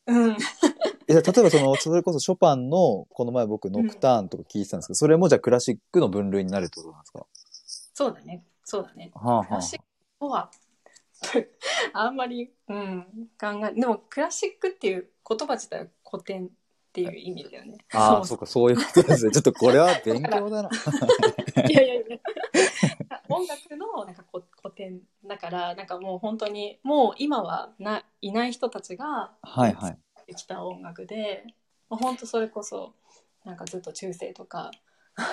Speaker 2: うん、
Speaker 1: えじゃあ例えばその、それこそショパンの、この前僕ノクターンとか聞いてたんですけど、それもじゃあクラシックの分類になるってことなんですか
Speaker 2: そうだねそうだね
Speaker 1: はあ
Speaker 2: クラシックとは あんまり、うん、考えでもクラシックっていう言葉自体は古典っていう意味だよね。
Speaker 1: ああ、
Speaker 2: う
Speaker 1: そうか、そういうこと ですね。ちょっとこれは勉強だな。
Speaker 2: いやいやいや音楽のなんかこ古典だからなんかもう本当にもう今はないない人たちが
Speaker 1: はいはい。
Speaker 2: できた音楽で、もう本当それこそなんかずっと中世とか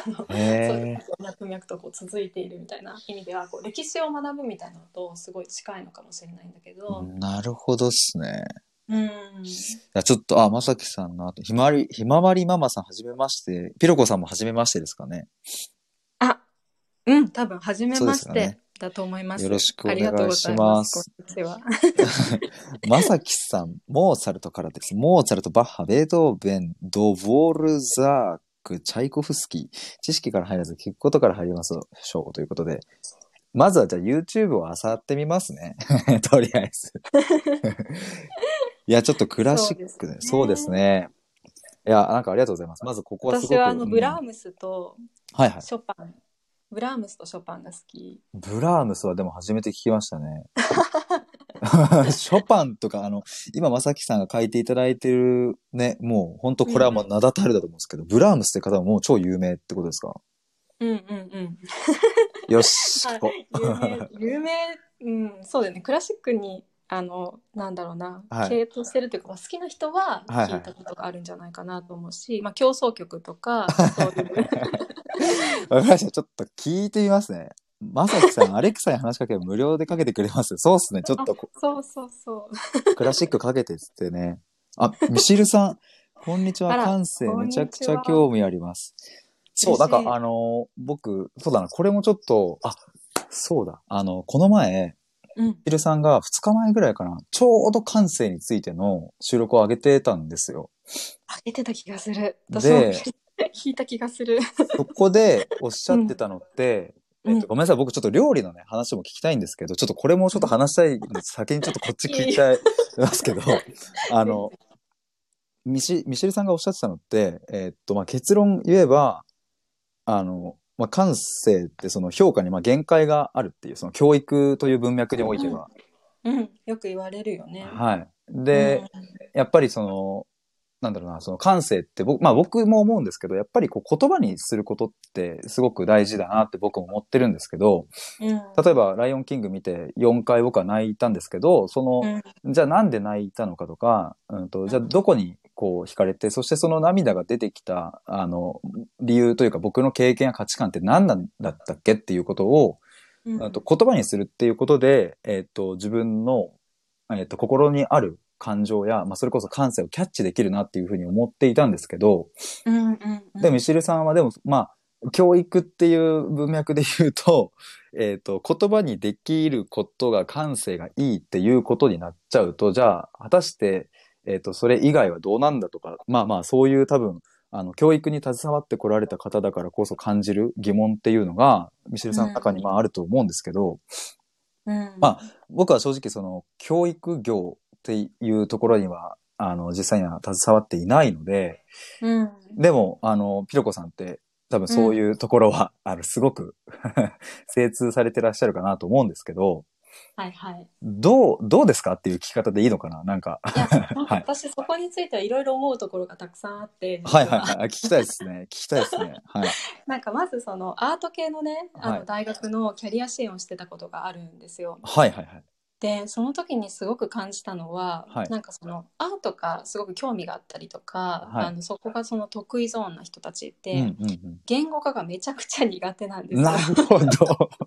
Speaker 2: そういう
Speaker 1: へえ
Speaker 2: の。が脈々とこう続いているみたいな意味ではこう歴史を学ぶみたいなのとすごい近いのかもしれないんだけど、
Speaker 1: なるほどっすね。
Speaker 2: うん、
Speaker 1: いやちょっと、あ、まさきさんの後、ひまわり、ひまわりママさんはじめまして、ピロコさんもはじめましてですかね。
Speaker 2: あうん多分初めまし
Speaker 1: そうですよね
Speaker 2: てだと思います。
Speaker 1: よろしくお
Speaker 2: あ
Speaker 1: 願い
Speaker 2: り
Speaker 1: しま
Speaker 2: が
Speaker 1: す
Speaker 2: とうございます。こんにちは。
Speaker 1: まさきさん、モーツァルトからです。モーツァルト、バッハ、ベートーベン、ドボルザーク、チャイコフスキー。知識から入らず、聞くことから入りますでしょうということで。まずはじゃあ YouTube を漁ってみますね。 とりあえず。いや、ちょっとクラシックで、そ
Speaker 2: そうう
Speaker 1: で
Speaker 2: ですす
Speaker 1: ね。いや、なんかありがとうございます。まずここはすごく。
Speaker 2: 私はあのブ
Speaker 1: う
Speaker 2: ラ
Speaker 1: ん
Speaker 2: ームスと
Speaker 1: はいはい。
Speaker 2: ショパン、ブラームスとショパンが好き。
Speaker 1: ブラームスはでも初めて聞きました ね。ショパンとか、あの、今、まさきさんが書いていただいてるね、もう、ほんとこれはもう名だたるだと思うんですけど、ブラームスって方はもう超有名ってことですか
Speaker 2: うんうんうん。
Speaker 1: よし、
Speaker 2: は
Speaker 1: 聞こ
Speaker 2: い、有名、 有名、うん、そうだよね。クラシックに、あの、なんだろうな、
Speaker 1: はい
Speaker 2: 系統してるというか、まあ好きな人は
Speaker 1: はいはい
Speaker 2: 聞いたことがあるんじゃないかなと思うし、まあ、競争曲 とか、そういう。
Speaker 1: う。わかりました。ちょっと聞いてみますね。まさきさん、アレクサに話しかけば無料でかけてくれます。そうっすね。ちょっとこ
Speaker 2: そうそうそう。
Speaker 1: クラシックかけてっつってね。あ、ミシル さん、こんにちは。
Speaker 2: あら
Speaker 1: 感性めちゃくち
Speaker 2: こん
Speaker 1: ゃ
Speaker 2: にちは
Speaker 1: 興味あります。そう、なん
Speaker 2: 嬉しい
Speaker 1: かあのー僕、そうだな、これもちょっと、あ、そうだ、あの、この前、
Speaker 2: うん。
Speaker 1: ミシルさんが2日前ぐらいかな、ちょうど感性についての収録を上げてたんですよ。
Speaker 2: あげてた気がする。私も
Speaker 1: で、
Speaker 2: 聞いた気がする。
Speaker 1: そこでおっしゃってたのって、
Speaker 2: うん
Speaker 1: えっと、ごめんなさい。僕ちょっと料理のね、話も聞きたいんですけど、ちょっとこれもちょっと話したいんで、先にちょっとこっち聞いちゃいます けど、あの、ミシ、ミシェルさんがおっしゃってたのって、えっと、まあ、結論言えば、あの、まあ、感性ってその評価にまあ限界があるっていう、その教育という文脈においては。
Speaker 2: うん。よく言われるよね。
Speaker 1: はい。で、やっぱりその、なんだろうな、その感性って僕、まあ僕も思うんですけど、やっぱりこう言葉にすることってすごく大事だなって僕も思ってるんですけど、
Speaker 2: うん、うん。
Speaker 1: 例えばライオンキング見て4回僕は泣いたんですけど、その、じゃあなんで泣いたのかとか、うんと、じゃあどこにこう惹かれて、そしてその涙が出てきた、あの、理由というか僕の経験や価値観って何なんだったっけっていうことを、あと言葉にするっていうことで、えっと、自分の、えっと、心にある感情や、まあ、それこそ感性をキャッチできるなっていうふうに思っていたんですけど、
Speaker 2: うんうんうん
Speaker 1: で、ミシルさんはでも、まあ、教育っていう文脈で言うと、 えっ、と、言葉にできることが感性がいいっていうことになっちゃうと、じゃあ、果たして、えっ、と、それ以外はどうなんだとか、まあまあ、そういう多分、あの、教育に携わってこられた方だからこそ感じる疑問っていうのが、ミシルさんの中にまああると思うんですけど、
Speaker 2: うん
Speaker 1: ま僕は正直その教育業っていうところにはあの実際には携わっていないので
Speaker 2: うん
Speaker 1: でもあのピロコさんって多分そういうところは、 あのすごく精通されてらっしゃるかなと思うんですけど
Speaker 2: はいはい。
Speaker 1: どうどうですかっていう聞き方でいいのかななんか
Speaker 2: いや、なんか
Speaker 1: はい
Speaker 2: 私そこについてはいろいろ思うところがたくさんあって、
Speaker 1: はいはい
Speaker 2: 実は
Speaker 1: はい聞きたいですね聞きたいですねはい
Speaker 2: なんかまずそのアート系のね、あ
Speaker 1: はい
Speaker 2: の大学のキャリア支援をしてたことがあるんですよ。
Speaker 1: はいはいはい
Speaker 2: で、その時にすごく感じたのは、
Speaker 1: はい
Speaker 2: なんかそのアートがすごく興味があったりとか、
Speaker 1: はい
Speaker 2: あのそこがその得意ゾーンな人たちって、
Speaker 1: うんうん
Speaker 2: 言語化がめちゃくちゃ苦手なんで
Speaker 1: う
Speaker 2: す
Speaker 1: ん
Speaker 2: よ
Speaker 1: な。るほど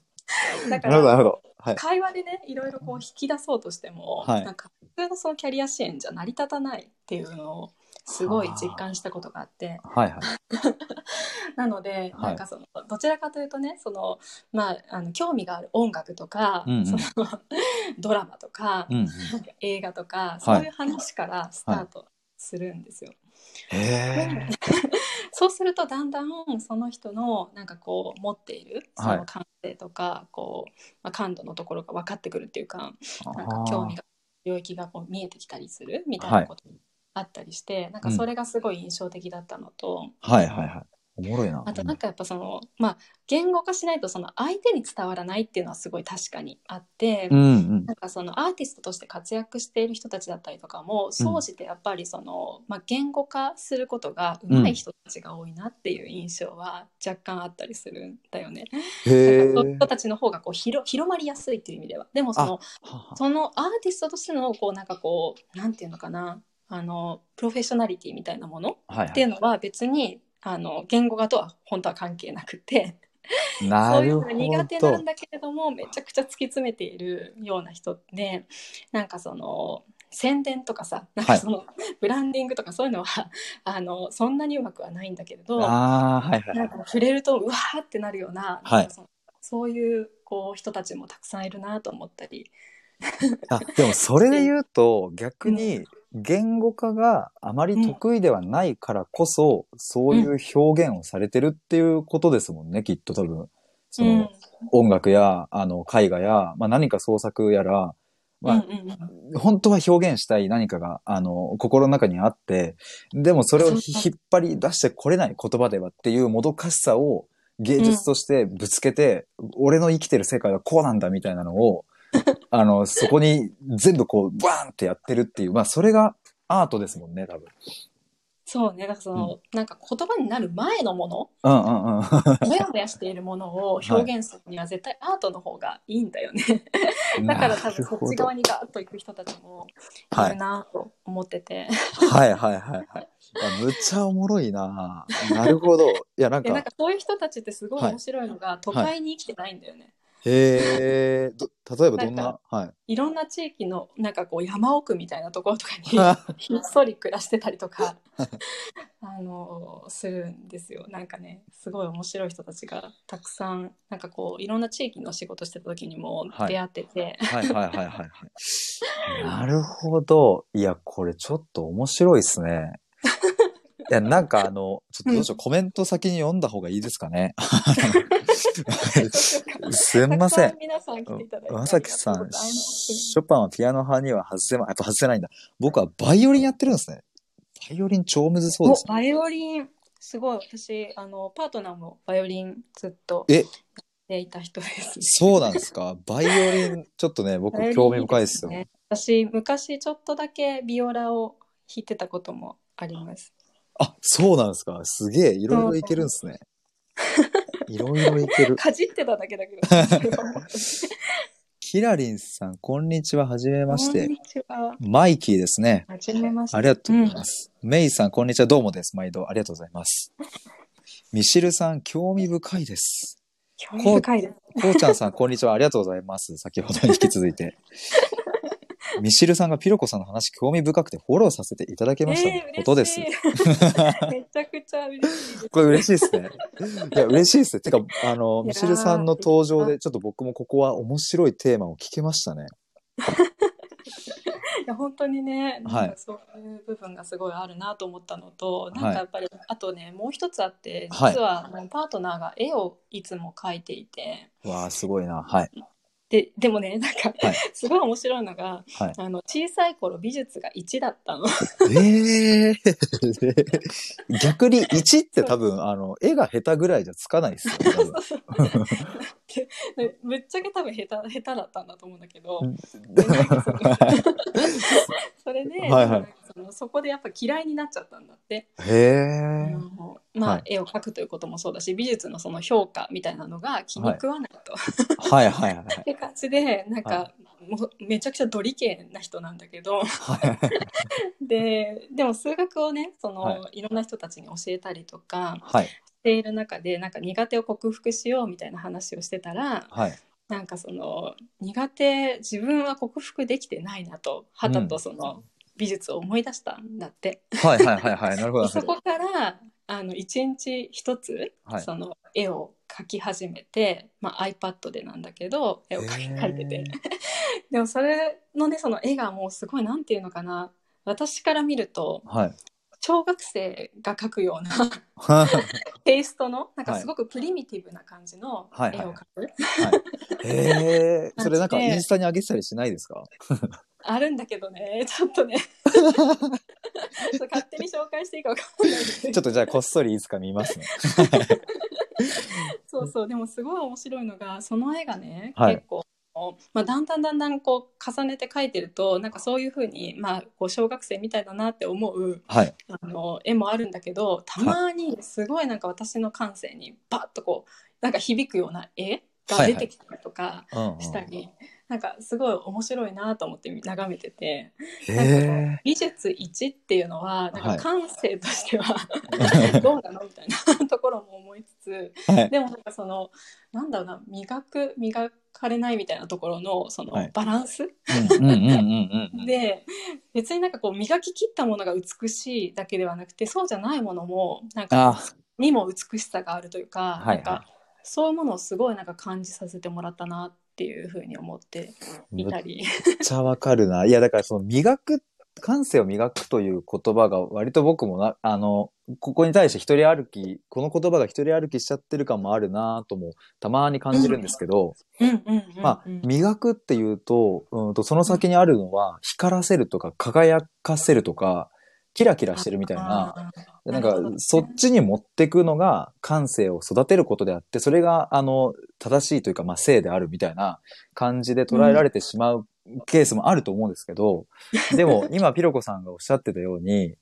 Speaker 2: だか
Speaker 1: なるほどな
Speaker 2: ら
Speaker 1: るほどはい
Speaker 2: 会話でねいろいろこう引き出そうとしても、
Speaker 1: はい
Speaker 2: なんか普通のそのキャリア支援じゃ成り立たないっていうのをすごい実感したことがあって
Speaker 1: はいはい
Speaker 2: なので、
Speaker 1: はい
Speaker 2: なんかそのどちらかというとねその、まあ、あの興味がある音楽とか、
Speaker 1: うんうん
Speaker 2: そのドラマとか、
Speaker 1: うんうん
Speaker 2: 映画とか
Speaker 1: い
Speaker 2: そういう話からスタートするんですよ。
Speaker 1: へえ
Speaker 2: そうするとだんだんその人のなんかこう持っているそ
Speaker 1: はい
Speaker 2: の感性とか、こう、まあ、感度のところが分かってくるっていうかなんか興味が領域がこう見えてきたりするみたいなことあったりして、なんかそれがすごい印象的だったのと、
Speaker 1: はいはいはいおもろいな
Speaker 2: あとなんかやっぱそのまあ言語化しないとその相手に伝わらないっていうのはすごい確かにあって。
Speaker 1: うんうん
Speaker 2: なんかそのアーティストとして活躍している人たちだったりとかも総じてやっぱりその、まあ、言語化することが上手い人たちが多いなっていう印象は若干あったりするんだよね。
Speaker 1: へ
Speaker 2: なんかそういう
Speaker 1: え
Speaker 2: 人。たちの方がこう広広まりやすいっていう意味では。でもそのそのアーティストとしてのこうなんかこうなんていうのかなあのプロフェッショナリティみたいなもの
Speaker 1: はい
Speaker 2: っていうのは別にあの言語化とは本当は関係なくてそ
Speaker 1: な
Speaker 2: うい
Speaker 1: る
Speaker 2: うの
Speaker 1: ほど
Speaker 2: が苦手なんだけれどもめちゃくちゃ突き詰めているような人でなんかその宣伝とかさなんかその、ブランディングとかそういうのは あのそんなにうまくはないんだけれど
Speaker 1: ああ、はいはいは
Speaker 2: ないん。か触れるとうわーってなるような
Speaker 1: はい
Speaker 2: なんかそのそういうこう人たちもたくさんいるなと思ったり。
Speaker 1: あ、でもそれで言うと、逆に言語化があまり得意ではないからこそ、そういう表現をされてるっていうことですもんね、きっと多分。その、
Speaker 2: うん
Speaker 1: 音楽や、あの、絵画や、まあ何か創作やら、まあ、
Speaker 2: うんうんうん
Speaker 1: 本当は表現したい何かが、あの、心の中にあって、でもそれを
Speaker 2: そう
Speaker 1: ひ
Speaker 2: そう
Speaker 1: 引っ張り出してこれない言葉ではっていうもどかしさを芸術としてぶつけて、俺の生きてる世界はこうなんだみたいなの を、あの、そこに全部こう、バーンってやってるっていう、まあそれがアートですもんね、多分。
Speaker 2: そうね、だからその、なんか言葉になる前のもの、
Speaker 1: うんうんうん。
Speaker 2: もやもやしているものを表現するには絶対アートの方がいいんだよね。 だから多分そっち側
Speaker 1: に。
Speaker 2: にガーッと行く人たちもい
Speaker 1: は
Speaker 2: る
Speaker 1: い。
Speaker 2: なと思ってて、
Speaker 1: はいはいはいはい。あむっちゃおもろいななるほど。いやなん
Speaker 2: でなん
Speaker 1: か
Speaker 2: か、そういう人たちってすごい
Speaker 1: はい
Speaker 2: 面白いのが、都会に生きてないんだよね。
Speaker 1: へえ、ど例えばどん
Speaker 2: な
Speaker 1: な、はい。
Speaker 2: いろんな地域のなんかこう山奥みたいなところとか に
Speaker 1: あ
Speaker 2: ひっそり暮らしてたりとか あのするんですよなんかねすごい面白い人たちがたくさんなんかこういろんな地域の仕事してた時にも
Speaker 1: はい
Speaker 2: 出会ってて、
Speaker 1: はいはいはいはいはい。なるほど。いや、これちょっと面白いですね。いや、なんかあの、ちょっとどうしよう、コメント先に読んだ方がいいですかね。すんませ
Speaker 2: た
Speaker 1: ん
Speaker 2: くさ。皆さん来ていただいて。
Speaker 1: まさきさ
Speaker 2: あり
Speaker 1: ん、
Speaker 2: がとうございます
Speaker 1: ショパンはピアノ派には外せま、やっぱ外せないんだ。僕はバイオリンやってるんですね。バイオリン超むずそうです
Speaker 2: おバイオリン、すごい。私、あの、パートナーもバイオリンずっと
Speaker 1: え
Speaker 2: でいた人です。
Speaker 1: そうなんですか。バイオリン、ちょっとね、僕
Speaker 2: バイオリン
Speaker 1: 興味深いですよ。
Speaker 2: ね私、昔ちょっとだけビオラを弾いてたこともあります。
Speaker 1: あ、そうなんですか。すげえ、いろいろいけるんですね。いろいろいける。
Speaker 2: かじってただけだけど。
Speaker 1: ヒラリンさん、こんにちは。はじめまし
Speaker 2: こん
Speaker 1: て。
Speaker 2: にちは。
Speaker 1: マイキーですね。
Speaker 2: はじめまして。
Speaker 1: ありがとうございます。メイさん、こんにちは。どうもです。毎度ありがとうございます。ミシルさん、興味深いです。
Speaker 2: 興味深いです。
Speaker 1: こうちゃんさん、こんにちは。ありがとうございます。先ほどに引き続い て。ミシルさんがピロコさんの話、興味深くてフォローさせていただきました、ねこと です。
Speaker 2: 嬉しいめちゃくちゃ嬉しいです。
Speaker 1: これ嬉しいです ね。いや、嬉しいですね。てか、あの、
Speaker 2: いやー
Speaker 1: ミシルさんの登場で、ちょっと僕もここは面白いテーマを聞けましたね。
Speaker 2: いや本当にね、
Speaker 1: は
Speaker 2: ないんかそういう部分がすごいあるなと思ったのと、
Speaker 1: い
Speaker 2: なんかやっぱりあとねもう一つあって
Speaker 1: はい
Speaker 2: 実はあのパートナーが絵をいつも描いていて
Speaker 1: わあ、すごいな。 はい。
Speaker 2: ででもねなんか、
Speaker 1: はい
Speaker 2: すごい面白いのが
Speaker 1: はい。
Speaker 2: あの小さい頃美術が1だったの。
Speaker 1: ええ逆に1って多分、あの、絵が下手ぐらいじゃつかないですよね多分。
Speaker 2: でぶっちゃけ多分下手下手だったんだと思うんだけど
Speaker 1: うん
Speaker 2: なんかその
Speaker 1: は
Speaker 2: それで、
Speaker 1: はいはい
Speaker 2: なんかそのそこでやっぱ嫌いになっちゃったんだって。
Speaker 1: へえ。
Speaker 2: あのまあ、
Speaker 1: はい
Speaker 2: 絵を描くということもそうだし美術のその評価みたいなのが気に食わないと。
Speaker 1: はいはいはい。
Speaker 2: って感じでなんか、
Speaker 1: は
Speaker 2: もうめちゃくちゃドリケンな人なんだけ ど
Speaker 1: はい
Speaker 2: ででも数学をねその、、
Speaker 1: はい
Speaker 2: ろんな人たちに教えたりとか
Speaker 1: はい
Speaker 2: している中でなんか苦手を克服しようみたいな話をしてたら
Speaker 1: はい。
Speaker 2: なんかその苦手自分は克服できてないなとはたとその、美術を思い出したんだって。
Speaker 1: はいはいはいはい。なるほど。
Speaker 2: そこからあの一日一つ、
Speaker 1: はい
Speaker 2: その絵を描き始めて、まあ、iPad でなんだけど絵を描き
Speaker 1: へー
Speaker 2: 描いてて でもそれのねその絵がもうすごいなんていうのかな私から見ると
Speaker 1: はい。
Speaker 2: 小学生が描くような
Speaker 1: はい
Speaker 2: テイストのなんか
Speaker 1: はい
Speaker 2: すごくプリミティブな感じの
Speaker 1: はいはい
Speaker 2: 絵を描く、
Speaker 1: へえ。それなんかインスタに上げてたりしないですか
Speaker 2: あるんだけどねちょっと ね ちょっと勝手に紹介していいか分かんないですけど
Speaker 1: ちょっとじゃあこっそりいつか見ますね。
Speaker 2: そうそうでもすごい面白いのがその絵がね、
Speaker 1: はい
Speaker 2: 結構、まあ、だんだんだんだんこう重ねて描いてるとなんかそういうふうに、まあ、こう小学生みたいだなって思う
Speaker 1: はい。
Speaker 2: あの絵もあるんだけどたまにすごいなんか私の感性にバッとこうなんか響くような絵が出てきたりとか
Speaker 1: うんうん
Speaker 2: したり、なんかすごい面白いなと思って眺めてて
Speaker 1: へえ。
Speaker 2: 美術1っていうのはな
Speaker 1: は
Speaker 2: ん
Speaker 1: い
Speaker 2: か感性として は、どうなのみたいなところも思いつつ。
Speaker 1: はい。
Speaker 2: でもなんかそのなんだろうな磨く磨かれないみたいなところのそ
Speaker 1: は
Speaker 2: の
Speaker 1: い
Speaker 2: バランス、
Speaker 1: うんうんうんうんうん。
Speaker 2: で別になんかこう磨ききったものが美しいだけではなくてそうじゃないものもなんか
Speaker 1: あ、
Speaker 2: にも美しさがあるというか,、
Speaker 1: はいはい
Speaker 2: なんかそういうものをすごいなんか感じさせてもらったなっていうふうに思っていたり。
Speaker 1: めっちゃわかるな。いや、だからその磨く、感性を磨くという言葉が割と僕もな、あの、ここに対して一人歩き、この言葉が一人歩きしちゃってる感もあるなともたまに感じるんですけど、
Speaker 2: うんうんうんうん
Speaker 1: まあ、磨くっていうと、うんとその先にあるのは、光らせるとか輝かせるとか、キラキラしてるみたいな、
Speaker 2: あーー
Speaker 1: なん
Speaker 2: なる
Speaker 1: か
Speaker 2: ほどね
Speaker 1: そっちに持ってくのが感性を育てることであって、それがあの正しいというか、まあ性であるみたいな感じで捉えられてしまうケースもあると思うんですけ ど、でも今ピロコさんがおっしゃってたように、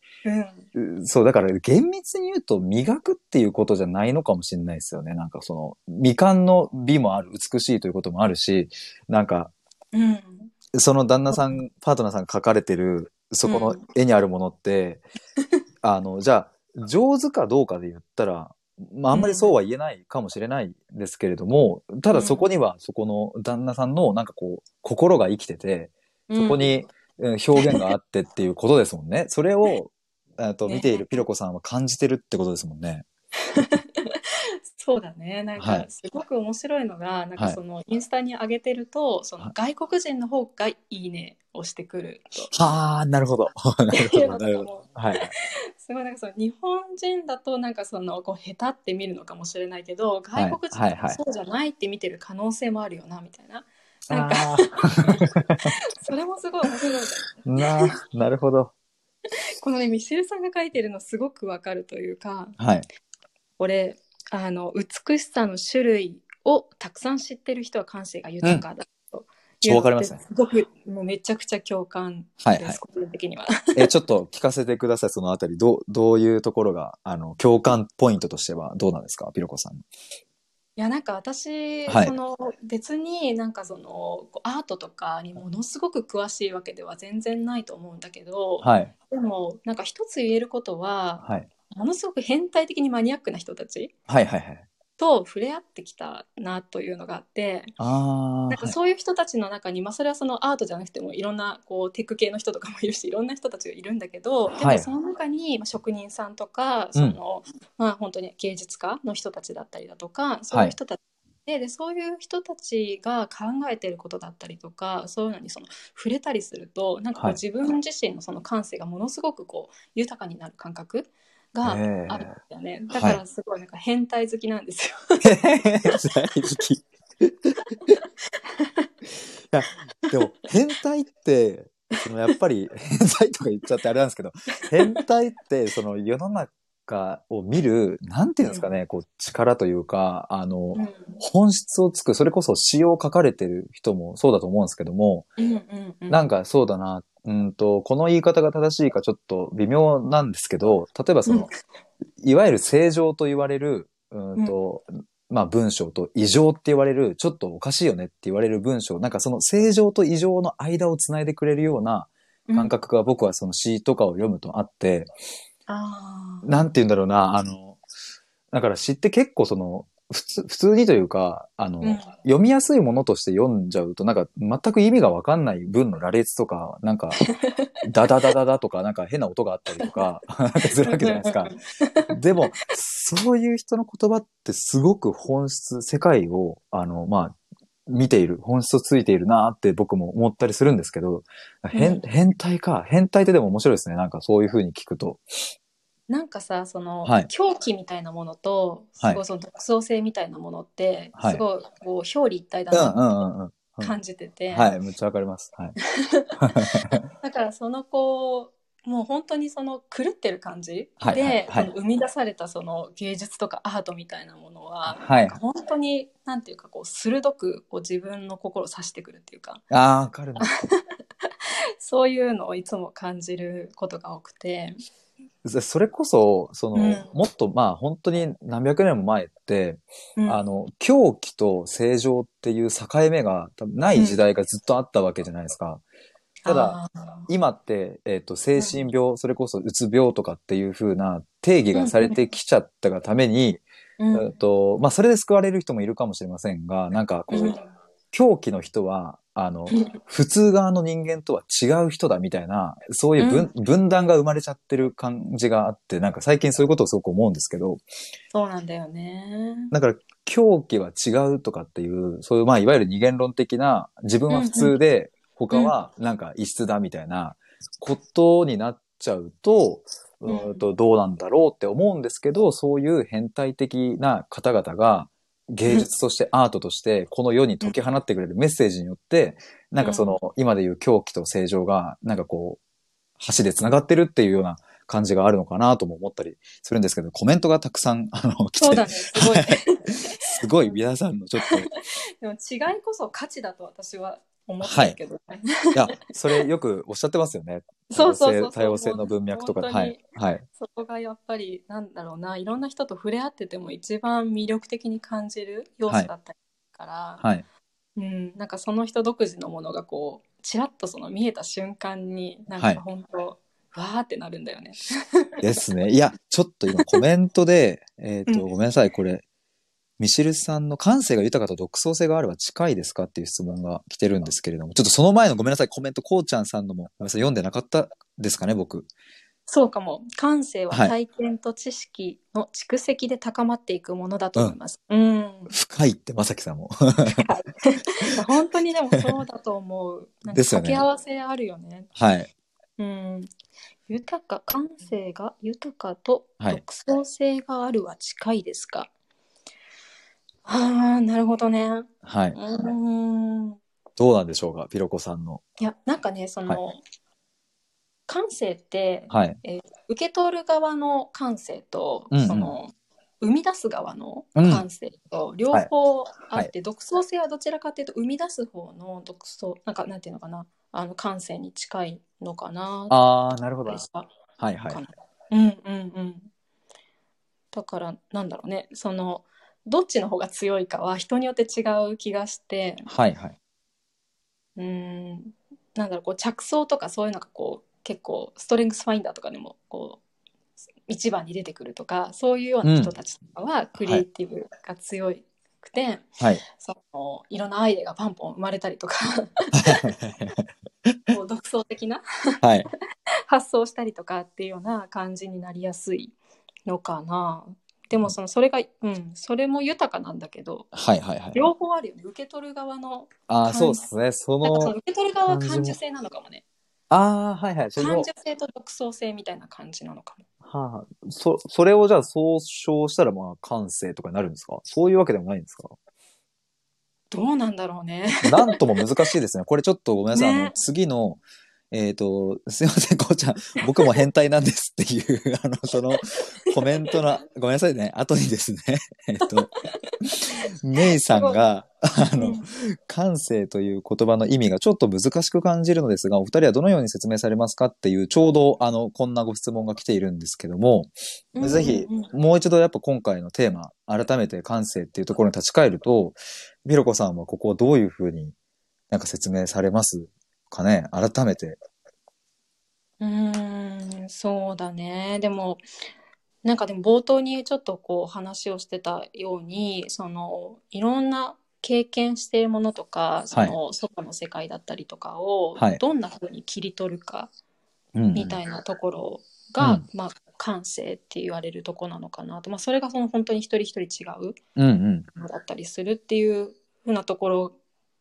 Speaker 2: うん
Speaker 1: うそうだから厳密に言うと磨くっていうことじゃないのかもしれないですよね。なんかその未完の美もある、美しいということもあるし、なんか
Speaker 2: うん
Speaker 1: その旦那さん、パートナーさんが書かれてる、そこの絵にあるもの って、あの、じゃあ、上手かどうかで言ったら、まあ、あんまりそうは言えないかもしれないですけれども、ただそこには、そこの旦那さんの、なんかこう、心が生きてて、そこにうん表現があってっていうことですもん ね。それを、えっと、
Speaker 2: ね
Speaker 1: 見ているピロコさんは感じてるってことですもんね。
Speaker 2: そうだねなん
Speaker 1: は
Speaker 2: か
Speaker 1: い
Speaker 2: すごく面白いのが、なん
Speaker 1: は
Speaker 2: か
Speaker 1: い
Speaker 2: そのインスタに上げてるとその外国人の方がいいねをしてくる
Speaker 1: は あ、なるほど。 なるほ
Speaker 2: という
Speaker 1: ど、
Speaker 2: の
Speaker 1: な
Speaker 2: と
Speaker 1: る
Speaker 2: か
Speaker 1: ほど。
Speaker 2: も
Speaker 1: はい。
Speaker 2: すごいなんかその日本人だとなんかそのこう下手って見るのかもしれないけど外国人
Speaker 1: は
Speaker 2: だ
Speaker 1: いはい
Speaker 2: と
Speaker 1: はい
Speaker 2: そうじゃないって見てる可能性もあるよなみたいな、なん
Speaker 1: あ
Speaker 2: かそれもすごい面白いんだよね
Speaker 1: あ、な、なるほど。
Speaker 2: このねミシェルさんが書いてるのすごくわかるというか
Speaker 1: はい。
Speaker 2: これあの美しさの種類をたくさん知ってる人は感性が豊かだというの
Speaker 1: わかりますね
Speaker 2: すごくもうめちゃくちゃ共感
Speaker 1: はい
Speaker 2: で
Speaker 1: はい
Speaker 2: す、。個人的には。
Speaker 1: え、ちょっと聞かせてください、そのあたり。どう、どういうところが、あの、共感ポイントとしてはどうなんですか、ピロコさん。
Speaker 2: いやなんか私、
Speaker 1: はい
Speaker 2: その別になんかそのこうアートとかにものすごく詳しいわけでは全然ないと思うんだけど、
Speaker 1: はい
Speaker 2: でもなんか一つ言えることは
Speaker 1: はい
Speaker 2: ものすごく変態的にマニアックな人たち
Speaker 1: はいはいはい
Speaker 2: と触れ合ってきたなというのがあって
Speaker 1: あ
Speaker 2: なん
Speaker 1: ー
Speaker 2: かそういう人たちの中に、まあ、それはそのアートじゃなくてもいろんなこうテック系の人とかもいるしいろんな人たちがいるんだけど、
Speaker 1: はい
Speaker 2: でもその中に、まあ、職人さんとか
Speaker 1: う
Speaker 2: そ
Speaker 1: ん
Speaker 2: の、まあ、本当に芸術家の人たちだったりだとかそういう人たちででそういう人たちが考えてることだったりとかそういうのにその触れたりするとなんかこう
Speaker 1: はい
Speaker 2: 自分自身のその感性がものすごくこう豊かになる感覚がある んだよね、だからすごいなんか変態好きなんですよ。
Speaker 1: 変態好き。いやでも変態ってそのやっぱり変態とか言っちゃってあれなんですけど変態ってその世の中を見るなんていうんですかねこう力というかあの
Speaker 2: うん
Speaker 1: 本質をつくそれこそ詩を書かれてる人もそうだと思うんですけども
Speaker 2: うんうんうん
Speaker 1: なんかそうだなうんとこの言い方が正しいかちょっと微妙なんですけど例えばそのいわゆる正常と言われる、うんと、まあ文章と異常って言われる、ちょっとおかしいよねって言われる文章、なんかその正常と異常の間をつないでくれるような感覚が僕はその詩とかを読むとあって、
Speaker 2: あー
Speaker 1: なんて言うんだろうな、あの、だから詩って結構その、普通、普通にというか、あの、
Speaker 2: うん
Speaker 1: 読みやすいものとして読んじゃうと、なんか全く意味がわかんない文の羅列とか、なん か、ダダダダダとか、なんか変な音があったりとか、 なんかするわけじゃないですか。でも、そういう人の言葉ってすごく本質、世界を、あの、まあ、見ている、本質をついているなって僕も思ったりするんですけど、変、
Speaker 2: う
Speaker 1: 変態か。変態ってでも面白いですね。なんかそういう風に聞くと。
Speaker 2: なんかさその、
Speaker 1: はい
Speaker 2: 狂気みたいなものとす
Speaker 1: はい
Speaker 2: ごいその独創性みたいなものって、
Speaker 1: はい
Speaker 2: すごいこう表裏一体だ
Speaker 1: うんう
Speaker 2: なん
Speaker 1: うんうん。
Speaker 2: と感じてて、
Speaker 1: はい、めっちゃわかります。はい。
Speaker 2: だからそのこうもう本当にその狂ってる感じで、
Speaker 1: はいはいはい
Speaker 2: その生み出されたその芸術とかアートみたいなものは、
Speaker 1: はい。
Speaker 2: 本当になんていうかこう鋭くこう自分の心を刺してくるっていうか
Speaker 1: ああ、わかるな。
Speaker 2: そういうのをいつも感じることが多くて。
Speaker 1: そそれこそ、その、
Speaker 2: うん
Speaker 1: もっとまあ本当に何百年も前って、
Speaker 2: うん
Speaker 1: あの、狂気と正常っていう境目が多分ない時代がずっとあったわけじゃないですか。ただ、
Speaker 2: あー
Speaker 1: 今って、えっ、と、精神病、それこそうつ病とかっていう風な定義がされてきちゃったがために、
Speaker 2: うん
Speaker 1: えっと、まあ、それで救われる人もいるかもしれませんが、なんかこう、
Speaker 2: うん
Speaker 1: 狂気の人は、あの
Speaker 2: うん、
Speaker 1: 普通側の人間とは違う人だみたいな、そういう分,、分断が生まれちゃってる感じがあって、なんか最近そういうことをすごく思うんですけど、
Speaker 2: そうなんだよね。
Speaker 1: だから狂気は違うとかっていう、そういう、まあ、いわゆる二元論的な、自分は普通で、他はなんか異質だみたいなことになっちゃうと、う
Speaker 2: うん
Speaker 1: ーんとどうなんだろうって思うんですけど、そういう変態的な方々が、芸術としてアートとして、この世に解き放ってくれるメッセージによって、なんかその、今でいう狂気と正常が、なんかこう、橋で繋がってるっていうような感じがあるのかなとも思ったりするんですけど、コメントがたくさん、あの、来て
Speaker 2: そうだね、すごいね。
Speaker 1: すごい皆さんのちょっと、
Speaker 2: でも違いこそ価値だと私は思ってるけどね。
Speaker 1: いや、それよくおっしゃってますよね。
Speaker 2: そうそうそうそう
Speaker 1: 多様性多様性の文脈とかで。
Speaker 2: 本当
Speaker 1: は
Speaker 2: に
Speaker 1: い。はい。
Speaker 2: そこがやっぱりなんだろうないろんな人と触れ合ってても一番魅力的に感じる要素だったりから、
Speaker 1: はい。
Speaker 2: うん、なんかその人独自のものがこうちらっとその見えた瞬間になん
Speaker 1: はい
Speaker 2: か本当、わーってなるんだよね。
Speaker 1: ですね。いや、ちょっと今コメントで、 えっと、
Speaker 2: うん
Speaker 1: ごめんなさい、これ。ミシルさんの感性が豊かと独創性があれば近いですかっていう質問が来てるんですけれども、ちょっとその前のごめんなさい、コメント、こうちゃんさんのも、ごめんなさい、読んでなかったですかね、僕。
Speaker 2: そうかも感性は
Speaker 1: はい
Speaker 2: 体験と知識の蓄積で高まっていくものだと思います。うん
Speaker 1: 深いって、まさきさんも。
Speaker 2: 本当にでもそうだと思う。なんか
Speaker 1: ですよ
Speaker 2: 掛
Speaker 1: ね
Speaker 2: け合わせあるよね。
Speaker 1: はい。
Speaker 2: うん。豊か、感性が豊かと
Speaker 1: はい
Speaker 2: 独創性があるは近いですか。ああ、なるほどね。う
Speaker 1: はい。
Speaker 2: ーん。
Speaker 1: どうなんでしょうか、ピロコさんの。
Speaker 2: いや、なんかね、その、感性って、
Speaker 1: はい。
Speaker 2: 受け取る側の感性と、
Speaker 1: うんうん
Speaker 2: その、生み出す側の感性と両方あって、独創性はどちらかというと生み出す方の独創なんかなんていうのかなあの感性に近いのかな
Speaker 1: あー、なるほ
Speaker 2: と
Speaker 1: ど。
Speaker 2: した
Speaker 1: はいはい
Speaker 2: か。なうんうんうんだからなんだろうねそのどっちの方が強いかは人によって違う気がして
Speaker 1: はいはい。
Speaker 2: うんなんだろうこう着想とかそういうのがこう結構ストレングスファインダーとかでもこう一番に出てくるとかそういうような人たちとかはクリエイティブが強くて、
Speaker 1: はい。
Speaker 2: そのいろんなアイデアがパンポン生まれたりとか こう独創的な
Speaker 1: はい。
Speaker 2: 発想したりとかっていうような感じになりやすいのかなでもそのそれがうんそれも豊かなんだけど
Speaker 1: はいはいはい。
Speaker 2: 両方あるよね受け取る側の
Speaker 1: ああ、そうですね。そ
Speaker 2: なんかその
Speaker 1: の
Speaker 2: 受、け取る側は
Speaker 1: 感じも
Speaker 2: 感受性なのかもね
Speaker 1: ああー、はいはい。その
Speaker 2: 感受性と独創性みたいな感じなのかも
Speaker 1: はあ、そ、それをじゃあ総称したらまあ感性とかになるんですかそういうわけでもないんですか
Speaker 2: どうなんだろうね
Speaker 1: なんとも難しいですね。これちょっとごめんなさい。
Speaker 2: ね
Speaker 1: あの、次の、えっ、と、すいません、こうちゃん、僕も変態なんですっていう、 あの、その、コメントの、ごめんなさいね、後にですね、 えっ、 と、メイさんが、あの、感性という言葉の意味がちょっと難しく感じるのですが、お二人はどのように説明されますかっていう、ちょうど、あの、こんなご質問が来ているんですけども、
Speaker 2: うん
Speaker 1: ぜひ
Speaker 2: うんうん
Speaker 1: もう一度やっぱ今回のテーマ、改めて感性っていうところに立ち返ると、ビロコさんはここをどういうふうになんか説明されますかね改めて。
Speaker 2: うーんそうだねでもなんかでも冒頭にちょっとこう話をしてたようにそのいろんな経験しているものとかその外の世界だったりとかを
Speaker 1: はい
Speaker 2: どんな風に切り取るか
Speaker 1: うん
Speaker 2: みたいなところが、
Speaker 1: うん
Speaker 2: まあ、感性って言われるとこなのかなと、まあ、それがその本当に一人一人違う
Speaker 1: うんうん。
Speaker 2: ものだったりするっていう風なところ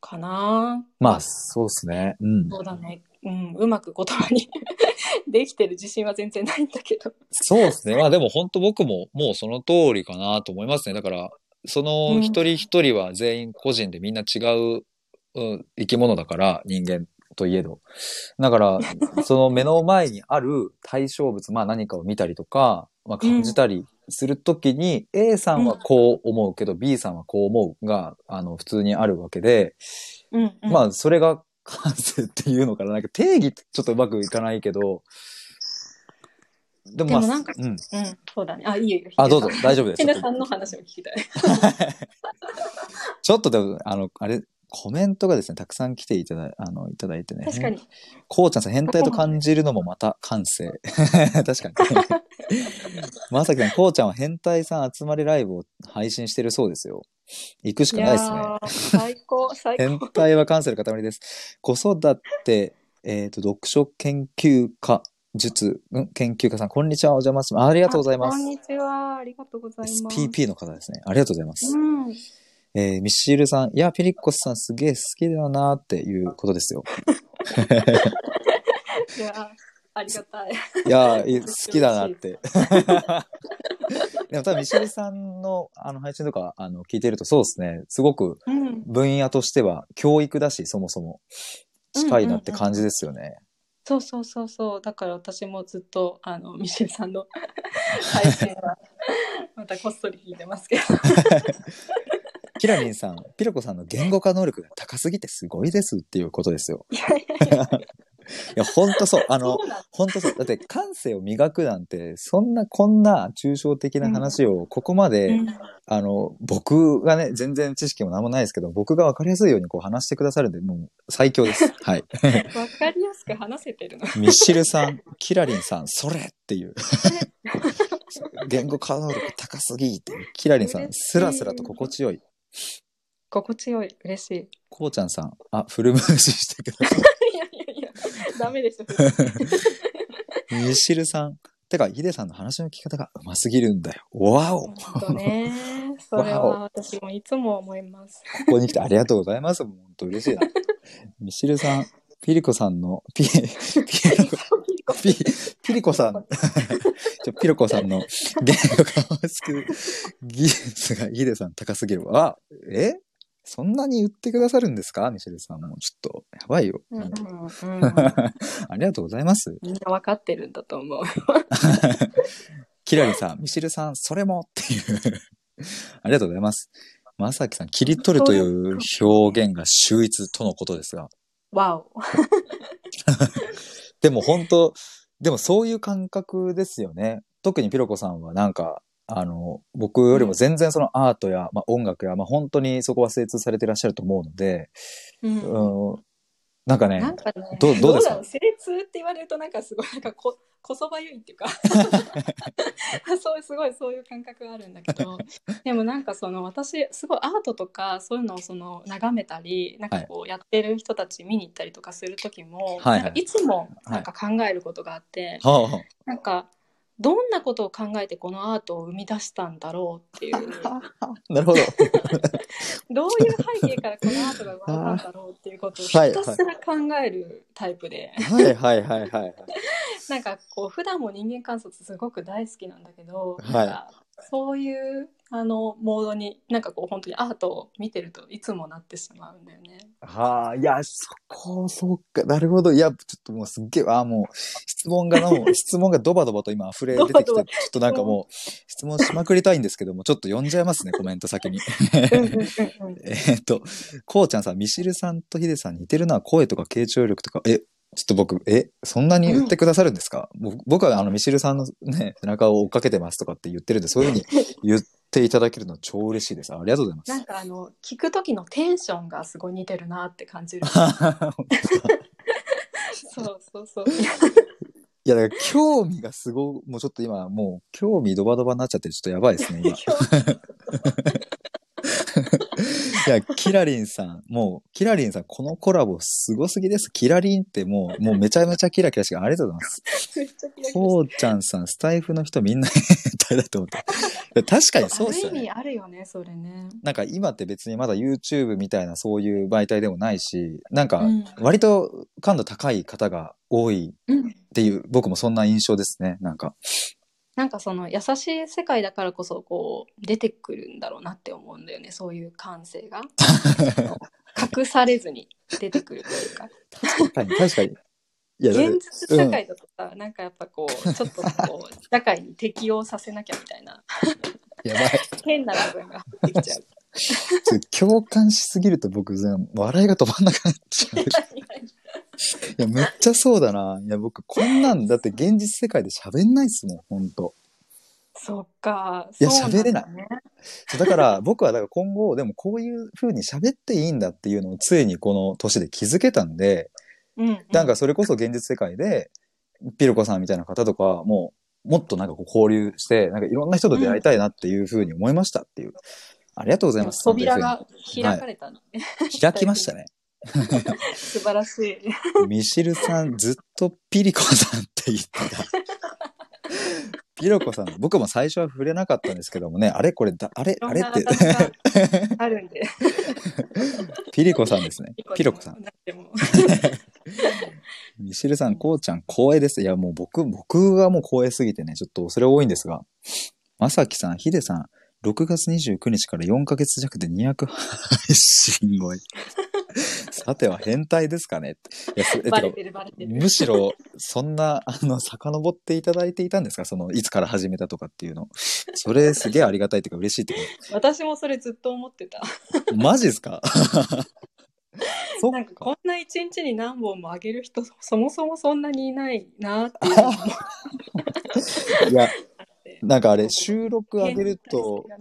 Speaker 2: かな。
Speaker 1: まあ、そうですね。うん。
Speaker 2: そうだね、うん、うまく言葉に できてる自信は全然ないんだけど。
Speaker 1: そうですね。まあでも本当僕ももうその通りかなと思いますね。だから、その
Speaker 2: うん
Speaker 1: 一人一人は全員個人でみんな違う、うん生き物だから、人間といえど。だ から、その目の前にある対象物、まあ何かを見たりとか、まあ感じたりするときに、A さんはこう思うけど、B さんはこう思うが、あの、普通にあるわけで、
Speaker 2: うんうん、
Speaker 1: まあそれが感性っていうのかな。なんか定義ってちょっとうまくいかないけど、でもまあ、
Speaker 2: でもなんか
Speaker 1: うん。
Speaker 2: うん、そうだね。あ、いいよいいよ。
Speaker 1: あ、どうぞ、大丈夫です。
Speaker 2: ひなさんの話を聞きたい。
Speaker 1: ちょっとでも、あの、あれ、コメントがですね、たくさん来ていただいあのいただいてね。
Speaker 2: 確か。に。
Speaker 1: こうちゃんさん、変態と感じるのもまた感 性。確かに。まさきさん、こうちゃんは変態さん集まりライブを配信してるそうですよ。行くし
Speaker 2: い
Speaker 1: かない
Speaker 2: や
Speaker 1: ですね。
Speaker 2: ー、最高、最
Speaker 1: 変
Speaker 2: 高。
Speaker 1: 態は感性の塊です。子育て、えっ、と、読書研究家、術、ん研究家さん、こんにちは、お邪魔します。ありがとうございま
Speaker 2: あ
Speaker 1: す
Speaker 2: こん。にちは。ありがとうございます。
Speaker 1: SPP の方ですね。ありがとうございます。
Speaker 2: うん。
Speaker 1: えーミッシールさん、いや、ピリッコスさんすげえ好きだよなーっていうことですよ。
Speaker 2: いやー、ありがたい。
Speaker 1: いやー、 いい好きだなって。でも多分ミッシールさんのあの配信とかあの聞いてるとそうですね、すごく
Speaker 2: うん。
Speaker 1: 分野としては教育だし、そもそも。近いなって感じですよね。
Speaker 2: そうそうそうそう。だから私もずっと、あの、ミシェルさ んの配信は、またこっそり聞いてますけど。
Speaker 1: キラリンさん、ピロコさんの言語化能力が高すぎてすごいですっていうことですよ。
Speaker 2: いやいやいや、
Speaker 1: いや、ほんとそう。あの
Speaker 2: そ、うなんだ。
Speaker 1: 本当そう。だって感性を磨くなんて、そんなこんな抽象的な話をここまで、
Speaker 2: うん
Speaker 1: あの、僕がね、全然知識も何もないですけど、僕が分かりやすいようにこう話してくださるんで、もう最強 です。はい。
Speaker 2: わかりやすく話せてるの。
Speaker 1: ミッシルさん、キラリンさん、それって いう。言語可能力高すぎっていう。キラリンさん、
Speaker 2: 嬉しい
Speaker 1: スラスラと心地よい。
Speaker 2: 心地よい、嬉しい。
Speaker 1: こうちゃんさん、あ、フルムーシしてくださ
Speaker 2: いやいやいや、ダメです。
Speaker 1: い。ミッシルさん、てか、ヒデさんの話の聞き方がうますぎるんだよ。わおこ
Speaker 2: 本当ね。それは私もいつも思います。
Speaker 1: こに来てありがとうございます。もう本当嬉しいな。ミッシルさん、ピリコさんの、ピ、ピリコ、 ピ、ピリコさん、ちょピロコさん の言語化を救う技術がヒデさん高すぎるわ。あえそんなに言ってくださるんですかミシェルさんも。ちょっと、やばいよ。
Speaker 2: うんうんうん、
Speaker 1: ありがとうございます。
Speaker 2: みんな分かってるんだと思う。
Speaker 1: キラリさん、ミシェルさん、それもっていう。ありがとうございます。まさきさん、切り取るという表現が秀逸とのことですが。
Speaker 2: わお。
Speaker 1: でも本当、でもそういう感覚ですよね。特にピロコさんはなんか、あの、僕よりも全然そのアートや、まあ、音楽や、まあ、本当にそこは精通されてらっしゃると思うので、
Speaker 2: うん
Speaker 1: うんなんかね、
Speaker 2: なんかね、
Speaker 1: どうどうですか
Speaker 2: だろ精通って言われるとなんかすごいなんかここそばゆいっていうか そうすごいそういう感覚があるんだけどでもなんかその私すごいアートとかそういうのをその眺めたりなんかこうやってる人たち見に行ったりとかする時も、
Speaker 1: はいはい
Speaker 2: いなんかいつもなんか考えることがあって、
Speaker 1: はあは
Speaker 2: なんかどんなことを考えてこのアートを生み出したんだろうっていう
Speaker 1: あなるほど。
Speaker 2: どういう背景からこのアートが生まれたんだろうっていうことをひたすら考えるタイプで。
Speaker 1: はいはいはいはいはい。
Speaker 2: なんかこう普段も人間観察すごく大好きなんだけど、
Speaker 1: はい
Speaker 2: なんかそういうあのモードになんかこう本当にアートを見てるといつもなってしまうんだよね。
Speaker 1: はあ、いや、そこ、そうか、なるほど。いや、ちょっともうすっげえ、ああ、もう、質問がも う、質問がドバドバと今溢れ出てきて、ち
Speaker 2: ド
Speaker 1: ょ
Speaker 2: バド
Speaker 1: っとなんかもう、質問しまくりたいんですけども、ちょっと読んじゃいますね、コメント先に。えっと、こうちゃんさん、ミシルさんとヒデさん似てるのは声とか傾聴力とか、え、ちょっと僕、え、そんなに言ってくださるんですか、僕僕はあの、ミシルさんのね、 背中を追っかけてますとかって言ってるんで、そういうふうに言っていただけるの超嬉しいです。ありがとうございます。
Speaker 2: なんかあの聞く時のテンションがすごい似てるなって感 じる。そうそうそう。
Speaker 1: いや、だから興味がすごい、もうちょっと今、もう興味ドバドバになっちゃって、ちょっとやばいですね、 今。いや、キラリンさん、もう、キラリンさん、このコラボすごすぎです。キラリンってもう、もうめちゃめちゃキラキラしてる、ありがとうございます。
Speaker 2: めっちゃキラキラして
Speaker 1: こうちゃんさん、スタイフの人みんな 変態だと思って。いや確かにそうですよ
Speaker 2: ある意味
Speaker 1: ね。
Speaker 2: あるよねそれね。
Speaker 1: なんか今って別にまだ YouTube みたいなそういう媒体でもないし、なんか
Speaker 2: うん
Speaker 1: 割と感度高い方が多い
Speaker 2: うん
Speaker 1: っていう、僕もそんな印象ですね、なんか。
Speaker 2: なんかその優しい世界だからこそこう出てくるんだろうなって思うんだよねそういう感性 が隠されずに出てくるというか
Speaker 1: 確かに、確かに。いや、だって
Speaker 2: 現実社会だとさ、なんかやっぱこうちょっとこう 社会に適応させなきゃみたいな
Speaker 1: やばい。
Speaker 2: 変な部分が入ってきち ゃう
Speaker 1: ちょっと共感しすぎると僕、全笑いが止まんなくなっちゃう。いや、めっちゃそうだな。いや、僕、こんなんだって現実世界で喋んないっすもん、ほんと。
Speaker 2: そっか
Speaker 1: いや
Speaker 2: そうなんだ
Speaker 1: 喋れない
Speaker 2: ね
Speaker 1: そうだから僕はだから今後でもこういう風に喋っていいんだっていうのをついにこの年で気づけたんで、
Speaker 2: うんうん
Speaker 1: なんかそれこそ現実世界でピルコさんみたいな方とかもうもっとなんかこう交流してなんかいろんな人と出会いたいなっていう風に思いましたっていう、ありがとうございます
Speaker 2: 扉が開かれたの、ね
Speaker 1: 開きましたね
Speaker 2: 素晴らしい
Speaker 1: ミシルさんずっとピリコさんって言ってた。ピロコさん、僕も最初は触れなかったんですけどもね、あれこれだ、あれ
Speaker 2: いろ
Speaker 1: あ
Speaker 2: ん
Speaker 1: れ
Speaker 2: な
Speaker 1: って
Speaker 2: 形、があるんで
Speaker 1: ピリコさんですね。 ピロコさ ん。
Speaker 2: なても
Speaker 1: ミシルさん、こうちゃん、光栄です。いや、もう僕、僕がもう光栄すぎてね、ちょっとそれ多いんですが、まさきさん、ひでさん、6月29日から4ヶ月弱で200配信 超え。さては変態ですかねいや、そえてか
Speaker 2: バレてるバレてる
Speaker 1: むしろ、そんな、あの、遡っていただいていたんですかその、いつから始めたとかっていうの。それすげえありがたいというか嬉しいっていう
Speaker 2: 私もそれずっと思ってた。
Speaker 1: かマジですかそ
Speaker 2: なん
Speaker 1: っ
Speaker 2: か
Speaker 1: か。
Speaker 2: こんな一日に何本も上げる人そもそもそんなにいないなっていうのもあ
Speaker 1: い や、
Speaker 2: って。
Speaker 1: なんかあれ、収録上げると
Speaker 2: 現実、が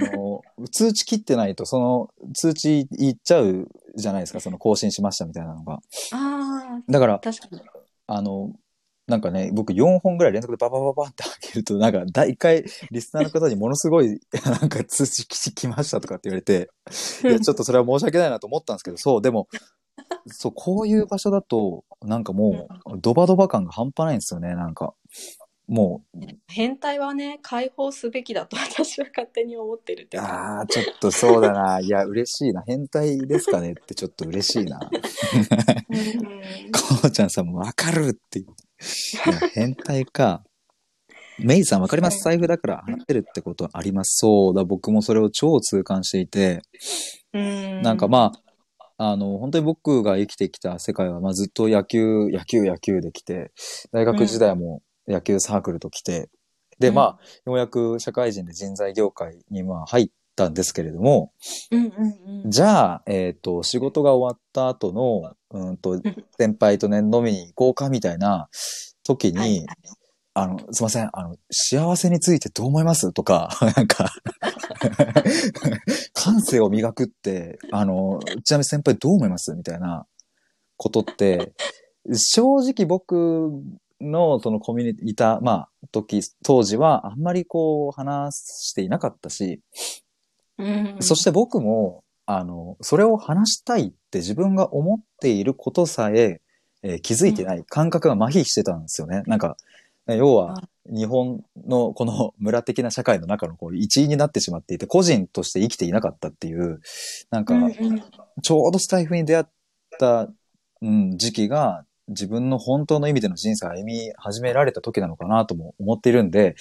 Speaker 2: ね
Speaker 1: あの、通知切ってないと、その通知いっちゃうじゃないですか、その更新しましたみたいなのが。
Speaker 2: あ
Speaker 1: だから
Speaker 2: あ、、確かに。
Speaker 1: あの、なんかね、僕4本ぐらい連続でババババって開けると、なんか、第一回、リスナーの方にものすごい、 なんか通知来来ましたとかって言われて、いや、ちょっとそれは申し訳ないなと思ったんですけど、そう、 でも、そう、こういう場所だと、なんかもう、ドバドバ感が半端ないんですよね、なんか。もう、
Speaker 2: 変態はね、解放すべきだと 私は勝手に思ってるっていうか。
Speaker 1: ああ、ちょっとそうだな。いや、嬉しいな。変態ですかねってちょっと嬉しいな。こ
Speaker 2: うんうん
Speaker 1: うちゃんさんもわかるって。いや変態 か。メイさんわかります財布だから払ってるってことあります。そうだ。僕もそれを超痛感していて。
Speaker 2: うん
Speaker 1: なんかまあ、あの、本当に僕が生きてきた世界は、まあずっと野球、野球、野球できて、大学時代も野球サークルと来て、で、
Speaker 2: うん
Speaker 1: まあ、ようやく社会人で人材業界にまあ入ったんですけれども、
Speaker 2: うんうんうん
Speaker 1: じゃあ、えっ、と、仕事が終わった後の、うんと、先輩とね、飲みに行こうかみたいな時に、
Speaker 2: はいはい
Speaker 1: あの、すいません、あの、幸せについてどう思いますとか、 なんか感性を磨くって、あの、ちなみに先輩どう思いますみたいなことって、正直僕のそのコミュニティ、いた、まあ、時、当時はあんまりこう話していなかったし、
Speaker 2: うん、
Speaker 1: そして僕も、あの、それを話したいって自分が思っていることさええー気づいてない感覚が麻痺してたんですよね。なんか、要は、日本のこの 村的な社会の中のこう一員になってしまっていて、個人として生きていなかったっていう、なんか
Speaker 2: う、んうん
Speaker 1: ちょうどスタイフに出会った、うん、時期が、自分の本当の意味での人生を歩み始められた時なのかなとも思っているんで、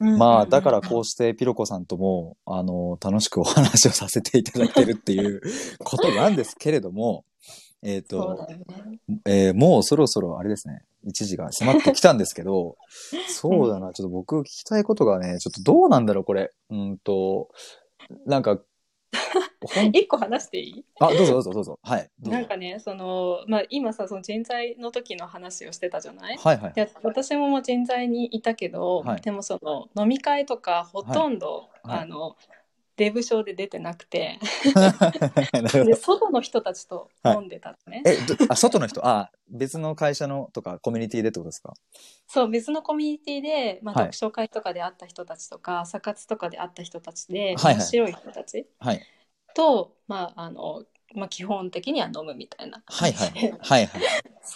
Speaker 2: うん
Speaker 1: まあ、だからこうしてピロコさんとも、あの、楽しくお話をさせていただいてるっていうことなんですけれども、 えっ、
Speaker 2: そう
Speaker 1: と、
Speaker 2: だよね。
Speaker 1: えーもうそろそろあれですね、一時が迫ってきたんですけ ど、そうだな、ちょっと僕聞きたいことがね、ちょっとどうなんだろう、これ。うんと、なんか、ほん
Speaker 2: 一個話していい
Speaker 1: あ、どうぞどうぞどうぞ。はい。どうぞ
Speaker 2: なんかねその、まあ、今さその人材の時の話をしてたじゃない
Speaker 1: はいはい。
Speaker 2: で私ももう人材にいたけど、
Speaker 1: はい
Speaker 2: でもその飲み会とかほとんど、
Speaker 1: はいはい
Speaker 2: あのデブ症で出てなく て
Speaker 1: なるほ
Speaker 2: で
Speaker 1: ど。
Speaker 2: 外の人たちと飲んでたのね、
Speaker 1: え、どあ、外の人、あ、別の会社のとかコミュニティでってことですか
Speaker 2: そう別のコミュニティで、まあ、
Speaker 1: はい
Speaker 2: 読書会とかで会った人たちとか、朝活とかで会った人たちで、
Speaker 1: はいはい
Speaker 2: 面白い人たち
Speaker 1: はい。
Speaker 2: と、まああのまあ、基本的には飲むみたいな
Speaker 1: はい
Speaker 2: 感
Speaker 1: は
Speaker 2: じで
Speaker 1: い。はいはい。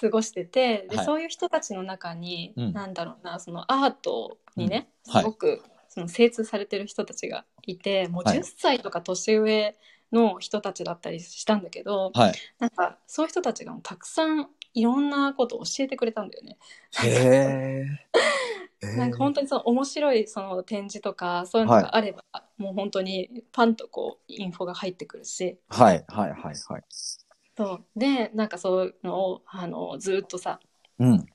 Speaker 2: 過ごしててで、
Speaker 1: はい
Speaker 2: そういう人たちの中に、
Speaker 1: うん
Speaker 2: なんだろうなそのアートにね、
Speaker 1: うんはい
Speaker 2: すごくその精通されてる人たちがいてもう
Speaker 1: はい
Speaker 2: 10歳とか年上の人たちだったりしたんだけど、
Speaker 1: はい。
Speaker 2: なんかそういう人たちがもうたくさんいろんなことを教えてくれたんだよね。
Speaker 1: へえ。
Speaker 2: なんか本当にその面白いその展示とかそういうのがあれば、もう本当にパンとこうインフォが入ってくるし
Speaker 1: はいはいはいはい。
Speaker 2: そうでなんかそういうのをあのずっとさ
Speaker 1: うん。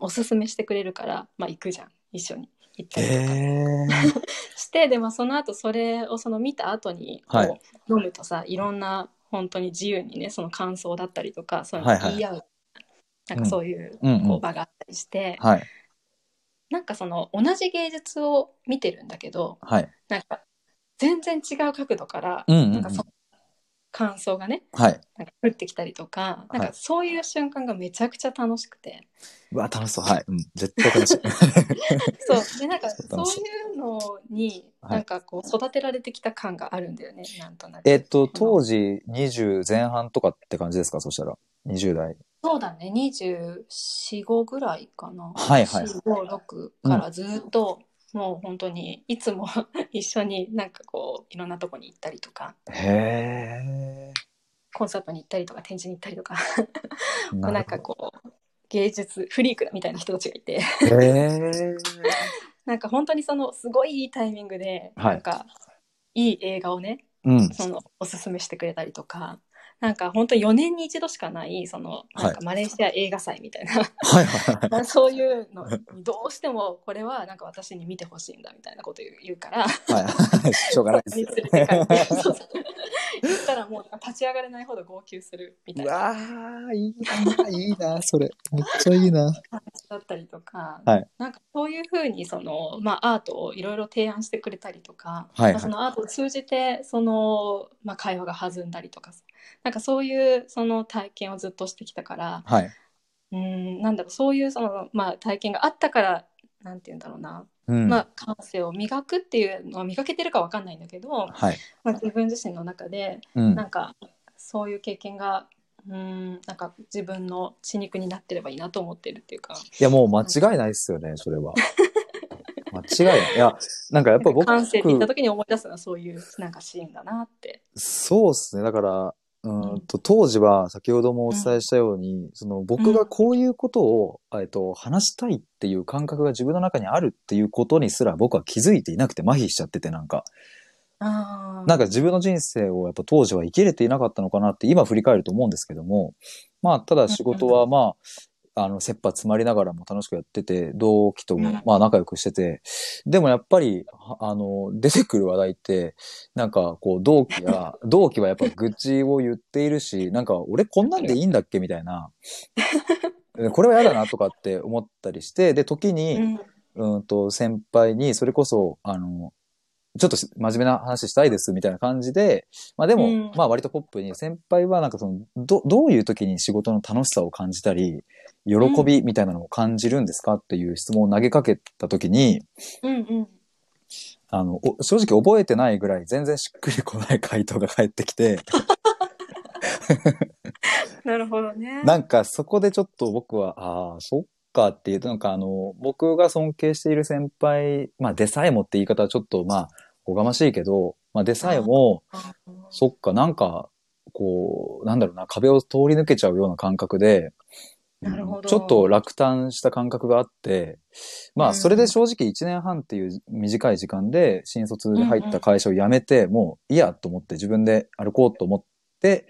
Speaker 2: おすすめしてくれるから、まあ、行くじゃん一緒に行った
Speaker 1: へ
Speaker 2: りとか
Speaker 1: え。
Speaker 2: してでもその後それをその見た後にこう、
Speaker 1: はい
Speaker 2: 飲むとさいろんな本当に自由にねその感想だったりとかそういうのを言い合う、なんかそういう
Speaker 1: うんう。
Speaker 2: こうん場があったりして、
Speaker 1: はい
Speaker 2: なんかその同じ芸術を見てるんだけど
Speaker 1: はい。
Speaker 2: なんか全然違う角度から、
Speaker 1: うんうんう
Speaker 2: なん
Speaker 1: ん
Speaker 2: かその感想がね
Speaker 1: はい。
Speaker 2: なんか降ってきたりとか、
Speaker 1: はい
Speaker 2: なんかそういう瞬間がめちゃくちゃ楽しくて。
Speaker 1: うわ、楽しそう。はい。うん。絶対楽しい。
Speaker 2: そうでなんか
Speaker 1: そう
Speaker 2: そう
Speaker 1: 楽しい
Speaker 2: いうのに
Speaker 1: はい
Speaker 2: なんかこう育てられてきた感があるんだよね、なんとな く。
Speaker 1: えっと、当時20前半とかって感じですかそしたら。20代。
Speaker 2: そうだね245ぐらいかな、
Speaker 1: はいはい
Speaker 2: 456からずっと、もう本当にいつも 一緒になんかこういろんなとこに行ったりとか
Speaker 1: へえ。
Speaker 2: コンサートに行ったりとか展示に行ったりとか
Speaker 1: な
Speaker 2: なん
Speaker 1: る
Speaker 2: かこう芸術フリークだみたいな人たちがいて
Speaker 1: ほど。へ
Speaker 2: なんか本当にそのすごいいいタイミングで、
Speaker 1: はい
Speaker 2: なんかいい映画をね
Speaker 1: え。うん。
Speaker 2: そのおすすめしてくれたりとか。なんか本当4年に一度しかないその
Speaker 1: はい
Speaker 2: なんかマレーシア映画祭みたいな、
Speaker 1: はいはい
Speaker 2: まあ そういうのにどうしてもこれはなんか私に見てほしいんだみたいなこと言う言うから
Speaker 1: はい。はい。 しょうがないです
Speaker 2: 見
Speaker 1: よ
Speaker 2: つ。けて帰ってそ うそう言ったらもう立ち上がれないほど号泣するみたいうな
Speaker 1: わーいいな、いいな、それ。めっちゃいいな。
Speaker 2: 感じだったりとか、
Speaker 1: はい
Speaker 2: なんかそういうふうにその、まあ、アートをいろいろ提案してくれたりとか、
Speaker 1: はいはい
Speaker 2: まあそのアートを通じてその、まあ、会話が弾んだりとかなんかそういうその体験をずっとしてきたから
Speaker 1: はい。
Speaker 2: うんなんだろうそういうその、まあ、体験があったからなんて言うんだろうな、
Speaker 1: うん。
Speaker 2: まあ、感性を磨くっていうのは磨けてるかわかんないんだけど、
Speaker 1: はい。
Speaker 2: まあ、自分自身の中で
Speaker 1: うん
Speaker 2: なんかそういう経験がうんなんか自分の血肉になってればいいなと思ってるっていうか。
Speaker 1: いや、もう間違いないっすよね、それ は。間違いない。いや、なんかやっぱ僕、
Speaker 2: 感性って言った時に思い出すのはそういうなんかシーンだなって。
Speaker 1: そうっすね。だから、うーんと、当時は先ほどもお伝えしたように、その僕がこういうことを、えっと、話したいっていう感覚が自分の中にあるっていうことにすら僕は気づいていなくて麻痺しちゃってて、なんか、
Speaker 2: あ
Speaker 1: なんか自分の人生をやっぱ当時は生きれていなかったのかなって今振り返ると思うんですけども、まあただ仕事はまあ、あの、切羽詰まりながらも楽しくやってて、同期と
Speaker 2: うん
Speaker 1: もまあ仲良くしてて、でもやっぱり、はあの、出てくる話題って、なんかこう同期 や、同期はやっぱ愚痴を言っているし、なんか俺こんなんでいいんだっ けみたいな、これは嫌だなとかって思ったりして、で、時に、
Speaker 2: うん
Speaker 1: うんと、先輩に、それこそ、あの、ちょっとし真面目な話したいですみたいな感じで、まあでも、
Speaker 2: うん
Speaker 1: まあ割とポップに、先輩はなんかその、ど、どういう時に仕事の楽しさを感じたり、喜びみたいなのを感じるんですかっていう質問を投げかけた時に、
Speaker 2: うんうん
Speaker 1: あの、お正直覚えてないぐらい全然しっくりこない回答が返ってきて、
Speaker 2: なるほどね
Speaker 1: なんかそこでちょっと僕は、ああ、そっかっていうと、なんかあの、僕が尊敬している先輩、まあでさえもって言い方はちょっとまあ、おがましいけど、まあでさえも、そっか、なんか、こう、なんだろうな、壁を通り抜けちゃうような感覚で、うん
Speaker 2: なるほど
Speaker 1: ちょっと落胆した感覚があって、ま
Speaker 2: う
Speaker 1: あ、
Speaker 2: ん
Speaker 1: それで正直1年半っていう短い時間で、新卒で入った会社を辞めて、もういいやと思って自分で歩こうと思って、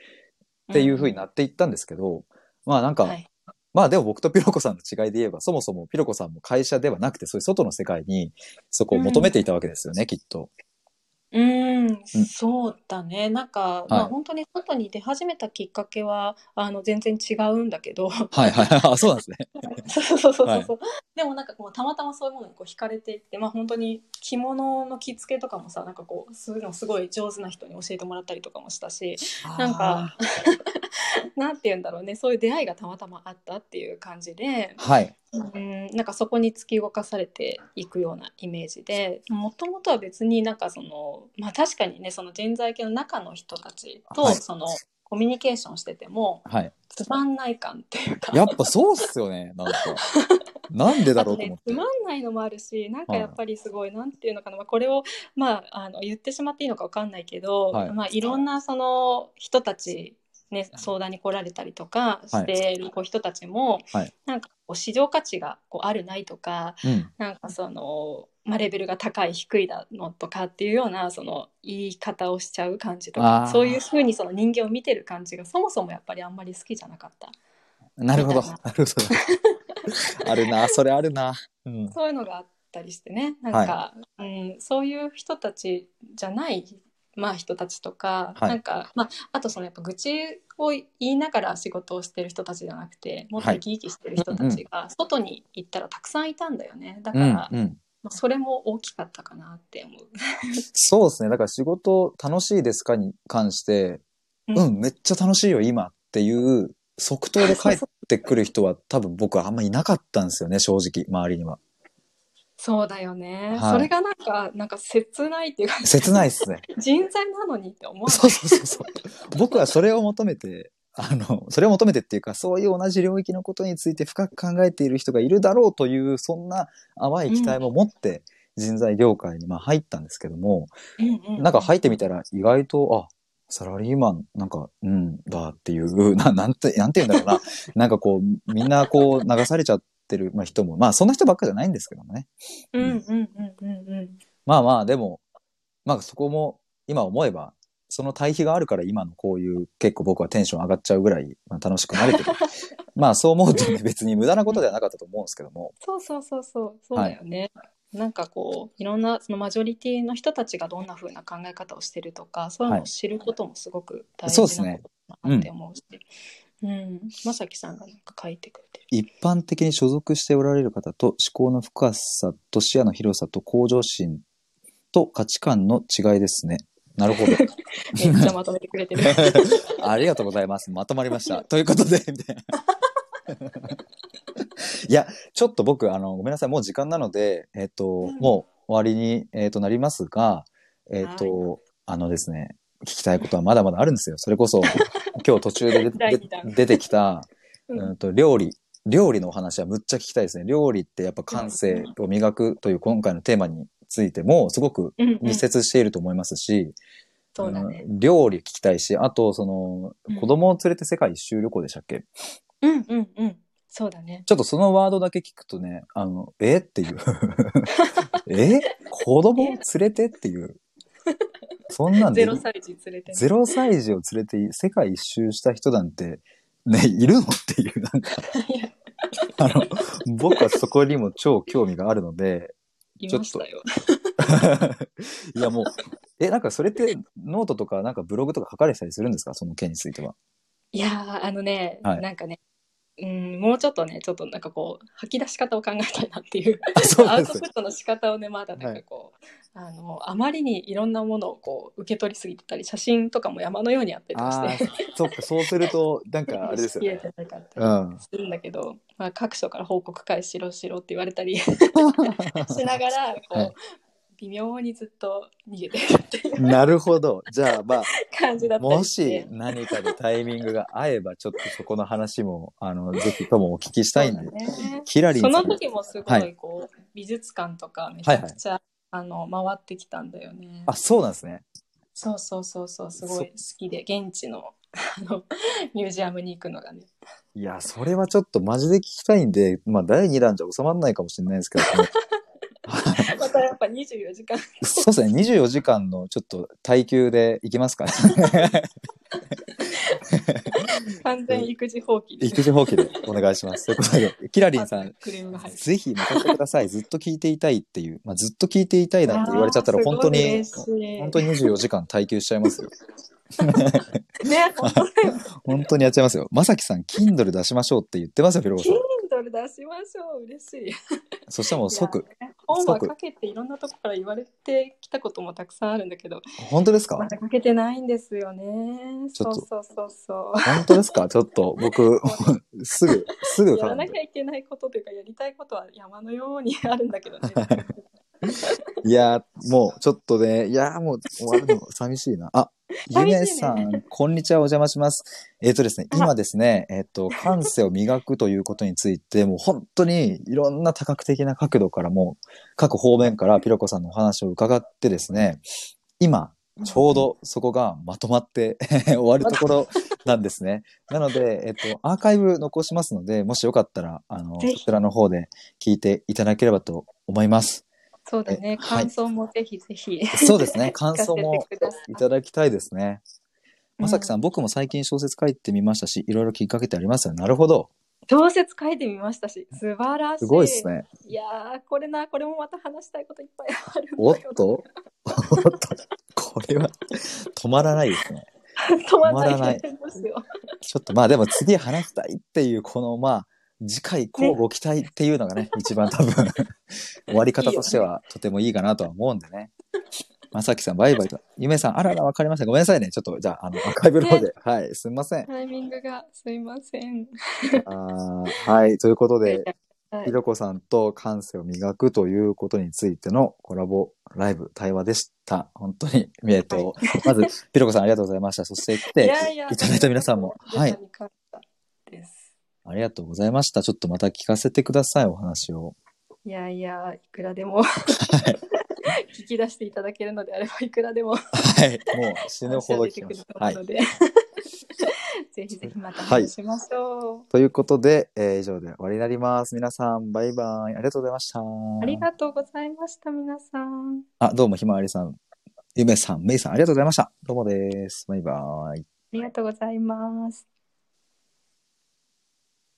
Speaker 1: っていう風にな
Speaker 2: っ
Speaker 1: っていったんですけど、まあなんか、
Speaker 2: はい
Speaker 1: まあでも僕とピロコさんの違いで言えば、そもそもピロコさんも会社ではなくて、そういう外の世界にそこを求めていたわけですよね、きっと。
Speaker 2: うん、そうだね。なんか、まあ本当に外に出始めたきっかけは、あの、全然違うんだけど、
Speaker 1: はいはい。あ、そうなんですね。
Speaker 2: そうそうそうそう、
Speaker 1: はい
Speaker 2: でもなんかこうたまたまそういうものにこう惹かれていって、まあ、本当に着物の着付けとかもさなんかこうそういうのすごい上手な人に教えてもらったりとかもしたしなんかなんて言うんだろうねそういう出会いがたまたまあったっていう感じで
Speaker 1: あー、はい。
Speaker 2: うんなんかそこに突き動かされていくようなイメージでもともとは別になんかその、まあ、確かにねその人材系の中の人たちと
Speaker 1: はい
Speaker 2: その、コミュニケーションしてても
Speaker 1: はい。
Speaker 2: つまんない感っていうか
Speaker 1: やっぱそうっすよね、なんか。なんでだ
Speaker 2: あ
Speaker 1: ろ
Speaker 2: と
Speaker 1: うと思
Speaker 2: ね
Speaker 1: っ、
Speaker 2: つ
Speaker 1: て。
Speaker 2: まんないのもあるしなんか
Speaker 1: はい
Speaker 2: やっぱりすごい、なんていうのかな、まあ、これを、まあ、あの言ってしまっていいのかわかんないけど、
Speaker 1: はい
Speaker 2: いまあ、いろんなその人たち、ね、相談に来られたりとかしてるこう人たちも、
Speaker 1: はい
Speaker 2: なんかこう市場価値がこうあるないとか
Speaker 1: うん。
Speaker 2: なんかその、まあ、レベルが高い低いだのとかっていうようなその言い方をしちゃう感じと
Speaker 1: あー
Speaker 2: かそういうふうにその人間を見てる感じがそもそもやっぱりあんまり好きじゃなかった。
Speaker 1: なるほど。
Speaker 2: みたい
Speaker 1: なるほど。あるな、それあるな。うん。
Speaker 2: そういうのがあったりしてねなんか、うん、そういう人たちじゃない、まあ、人たちとか、
Speaker 1: はい
Speaker 2: なんか、まあ、あとそのやっぱ愚痴を言いながら仕事をしてる人たちじゃなくてもっと生き生きしてる人たちが外に行ったらたくさんいたんだよねだか
Speaker 1: う
Speaker 2: ら、
Speaker 1: ん
Speaker 2: ま、
Speaker 1: うん。
Speaker 2: あそれも大きかったかなって思う。
Speaker 1: そうですね。だから仕事楽しいですかに関して、うん、めっちゃ楽しいよ、今っていう、即答で帰ってくる人は多分僕はあんまいなかったんですよね、正直、周りには。
Speaker 2: そうだよね、
Speaker 1: はい
Speaker 2: それがなんかなんか切ないっていうか
Speaker 1: 切ないっす ね。
Speaker 2: 人材なのにって思う
Speaker 1: そうそうそうそう。僕はそれを求めて、あの、それを求めてっていうか、そういう同じ領域のことについて深く考えている人がいるだろうという、そんな淡い期待も持って人材業界にまあ入ったんですけども、
Speaker 2: うんうん
Speaker 1: なんか入ってみたら意外と、あ、サラリーマン、なんか、うん、だっていう、 ななんて、なん て言うんだろうな。なんかこう、みんなこう流されちゃってるまあ人も、まあそんな人ばっかじゃないんですけどもね。
Speaker 2: うんうんうんうんうん
Speaker 1: まあまあ、でも、まあそこも今思えば、その対比があるから今のこういう結構僕はテンション上がっちゃうぐらい、まあ、楽しくなれてる。まあそう思うとね別に無駄なことではなかったと思うんですけども。
Speaker 2: そうそうそうそうそうだよね。なんかこういろんなそのマジョリティの人たちがどんな風な考え方をしてるとかそういうのを知ることもすごく大
Speaker 1: そうで
Speaker 2: 事
Speaker 1: す
Speaker 2: な
Speaker 1: ね
Speaker 2: ことだなって思うし、うん、まさきさんがなんか書いてくれてる。
Speaker 1: 一般的に所属しておられる方と思考の深さと視野の広さと向上心と価値観の違いですね。なるほ ど。
Speaker 2: めっちゃまとめてくれてる。
Speaker 1: ありがとうございます。まとまりました。ということで、み たいな。いや、ちょっと僕、あの、ごめんなさい。もう時間なので、えっと、
Speaker 2: ん
Speaker 1: もう終わりに、えっと、なりますが、えっと、あのですね、聞きたいことはまだまだあるんですよ。それ こそ、今日途中 で
Speaker 2: 第
Speaker 1: 出
Speaker 2: 二弾
Speaker 1: 出出てきた、
Speaker 2: うん
Speaker 1: うんと、料理。料理のお話はむっちゃ聞きたいですね。料理ってやっぱ感性を磨くという今回のテーマについても、すごく
Speaker 2: うんうん
Speaker 1: 密接していると思いますし、
Speaker 2: そうだね。
Speaker 1: うん料理聞きたいし、あと、その
Speaker 2: う、ん
Speaker 1: 子供を連れて世界一周旅行でしたっけ、
Speaker 2: うんうんうん。そうだね。
Speaker 1: ちょっとそのワードだけ聞くとね、あの、えって いう。え子供を連れてっていう。そんなんで
Speaker 2: ゼ、ロ歳児連れてね。
Speaker 1: ゼロ歳児を連れて世界一周した人なんて、ね、いるのっていう、なんか、
Speaker 2: いや
Speaker 1: あの、僕はそこにも超興味があるので、
Speaker 2: いましたよ。
Speaker 1: いやもう、え、なんかそれってノートとかなんかブログとか書かれてたりするんですかその件については。
Speaker 2: いやーあのね、
Speaker 1: はい
Speaker 2: なんかねうん、もうちょっとね、ちょっとなんかこう、吐き出し方を考えたいなっていう、
Speaker 1: あ そう
Speaker 2: ア
Speaker 1: なん
Speaker 2: ウ
Speaker 1: で
Speaker 2: ト
Speaker 1: す
Speaker 2: プットの仕方をね、まだなんかこう、あの、あまりにいろんなものをこう、受け取りすぎてたり、写真とかも山のようにあったりとか
Speaker 1: ああ
Speaker 2: して、
Speaker 1: そっかそうするとなんかあれですよ
Speaker 2: 切 れ
Speaker 1: ね
Speaker 2: てなかった
Speaker 1: う
Speaker 2: り
Speaker 1: ん
Speaker 2: するんだけど、まあ、各所から報告会しろしろって言われたり しながら、こう、
Speaker 1: はい
Speaker 2: 微妙にずっと逃げてるっていう
Speaker 1: なるほどじゃあまあ
Speaker 2: 感じだった
Speaker 1: も
Speaker 2: りして。
Speaker 1: し何かでタイミングが合えば、ちょっとそこの話も、あの、ぜひともお聞きしたいんで。
Speaker 2: そうだね
Speaker 1: キラリンさ
Speaker 2: そ
Speaker 1: ん。
Speaker 2: の時もすご
Speaker 1: はい
Speaker 2: こう、美術館とかめちゃくちゃ、あの回ってきたんだよね
Speaker 1: あ、。そうなんですね。
Speaker 2: そうそうそうそうすごい好きで現地のあの ミュージアムに行くのがね。
Speaker 1: いや、それはちょっとマジで聞きたいんで、まあ、第2弾じゃ収まらないかもしれないですけど、
Speaker 2: またやっぱ24時間
Speaker 1: そうですね、24時間のちょっと耐久でいきます かね。
Speaker 2: 完全育児放棄です
Speaker 1: 育児放棄でお願いします。ということで、キラリンさん、
Speaker 2: クレームが入る。
Speaker 1: ぜひまた来てください。ずっと聞いていたいっていう、まあ、ずっと聞いていたいなんて言われちゃったら、本当に、本
Speaker 2: 本
Speaker 1: 当に24時間耐久しちゃいますよ。
Speaker 2: にね本当だよ。
Speaker 1: 本当にやっちゃいますよ。まさきさん、Kindle 出しましょうって言ってますよ、ピロコさん。
Speaker 2: Kindle 出しましょう嬉しい。
Speaker 1: そしたらもう即
Speaker 2: い、やね本は
Speaker 1: 即
Speaker 2: かけていろんなとこから言われてきたこともたくさんあるんだけど、
Speaker 1: 本当ですか
Speaker 2: まだかけてないんですよね。
Speaker 1: ち
Speaker 2: そ
Speaker 1: ょっ
Speaker 2: う
Speaker 1: と
Speaker 2: そうそうそう。
Speaker 1: 本当ですかちょっと僕、 すぐ、すぐ
Speaker 2: や
Speaker 1: 買う
Speaker 2: ら
Speaker 1: ん
Speaker 2: な
Speaker 1: で
Speaker 2: きゃいけないことというかやりたいことは山のようにあるんだけどね。
Speaker 1: いやー、もうちょっとね、いやー、もう終わ るの寂しいな。あ、ゆ
Speaker 2: 寂しいね
Speaker 1: めさん、こんにちは、お邪魔します。えっ、とですね、
Speaker 2: あ
Speaker 1: 今ですね、えっ、と、感性を磨くということについて、もう本当にいろんな多角的な角度からもう、各方面からピロコさんのお話を伺ってですね、今、 ちょうどそこがまとまって 終わるところなんですね。なので、えっと、アーカイブ残しますので、もしよかったら、あの、
Speaker 2: ぜ
Speaker 1: そ
Speaker 2: ひ
Speaker 1: ちらの方で聞いていただければと思います。
Speaker 2: そうだ
Speaker 1: え
Speaker 2: ね。
Speaker 1: はい
Speaker 2: 感想もぜひぜひ。
Speaker 1: そうです ね。感想も
Speaker 2: 聞かせてください
Speaker 1: いただきたいですね。まさきさ、
Speaker 2: うん
Speaker 1: 僕も最近小説書いてみましたし、いろいろきっかけってありますよ。なるほど。
Speaker 2: 小説書いてみましたし、素晴らしい。
Speaker 1: すごいです。 ね。
Speaker 2: いやー、これな、これもまた話したいこといっぱい あるんだ
Speaker 1: おっ
Speaker 2: よ
Speaker 1: と おっとこれは止まらないですね。
Speaker 2: 止まらない
Speaker 1: 止まらな
Speaker 2: けどどうしよ
Speaker 1: ちょっとまあでも次話したいっていうこのまあ次回交互期待っていうの がね一番多分終わり方としてはとてもいいかなとは思うんでね。まさきさんバイバイと。ゆめさんあららわかりました。ごめんなさいね。ちょっとじゃああのアーカイブの方で。はいすみません
Speaker 2: う。。タイミングがすいません。
Speaker 1: あーはいということで
Speaker 2: はい
Speaker 1: ひろこさんと感性を磨くということについてのコラボライブ対話でした。本当に、えっと、まず、ひろこさんありがとうございました。そして来て
Speaker 2: いやいや
Speaker 1: いただいた皆さんも、はい
Speaker 2: 皆さ。んに感謝です
Speaker 1: ありがとうございました。ちょっとまた聞かせてください、お話を。
Speaker 2: いやいや、いくらでも 聞き出していただけるのであれば、いくらでも
Speaker 1: はい。もう死ぬほど聞きました。は
Speaker 2: 話
Speaker 1: い
Speaker 2: は出てくると思う。ので、 ぜひぜひまた
Speaker 1: はい
Speaker 2: 話しましょ
Speaker 1: ということで、えー以上で終わりになります。皆さん、バイバイ。ありがとうございました。
Speaker 2: う。ありがとうございました、皆さん。
Speaker 1: あ、どうも、ひまわりさん、ゆめさん、めいさん、ありがとうございました。どうもです。バイバイ。
Speaker 2: ありがとうございます。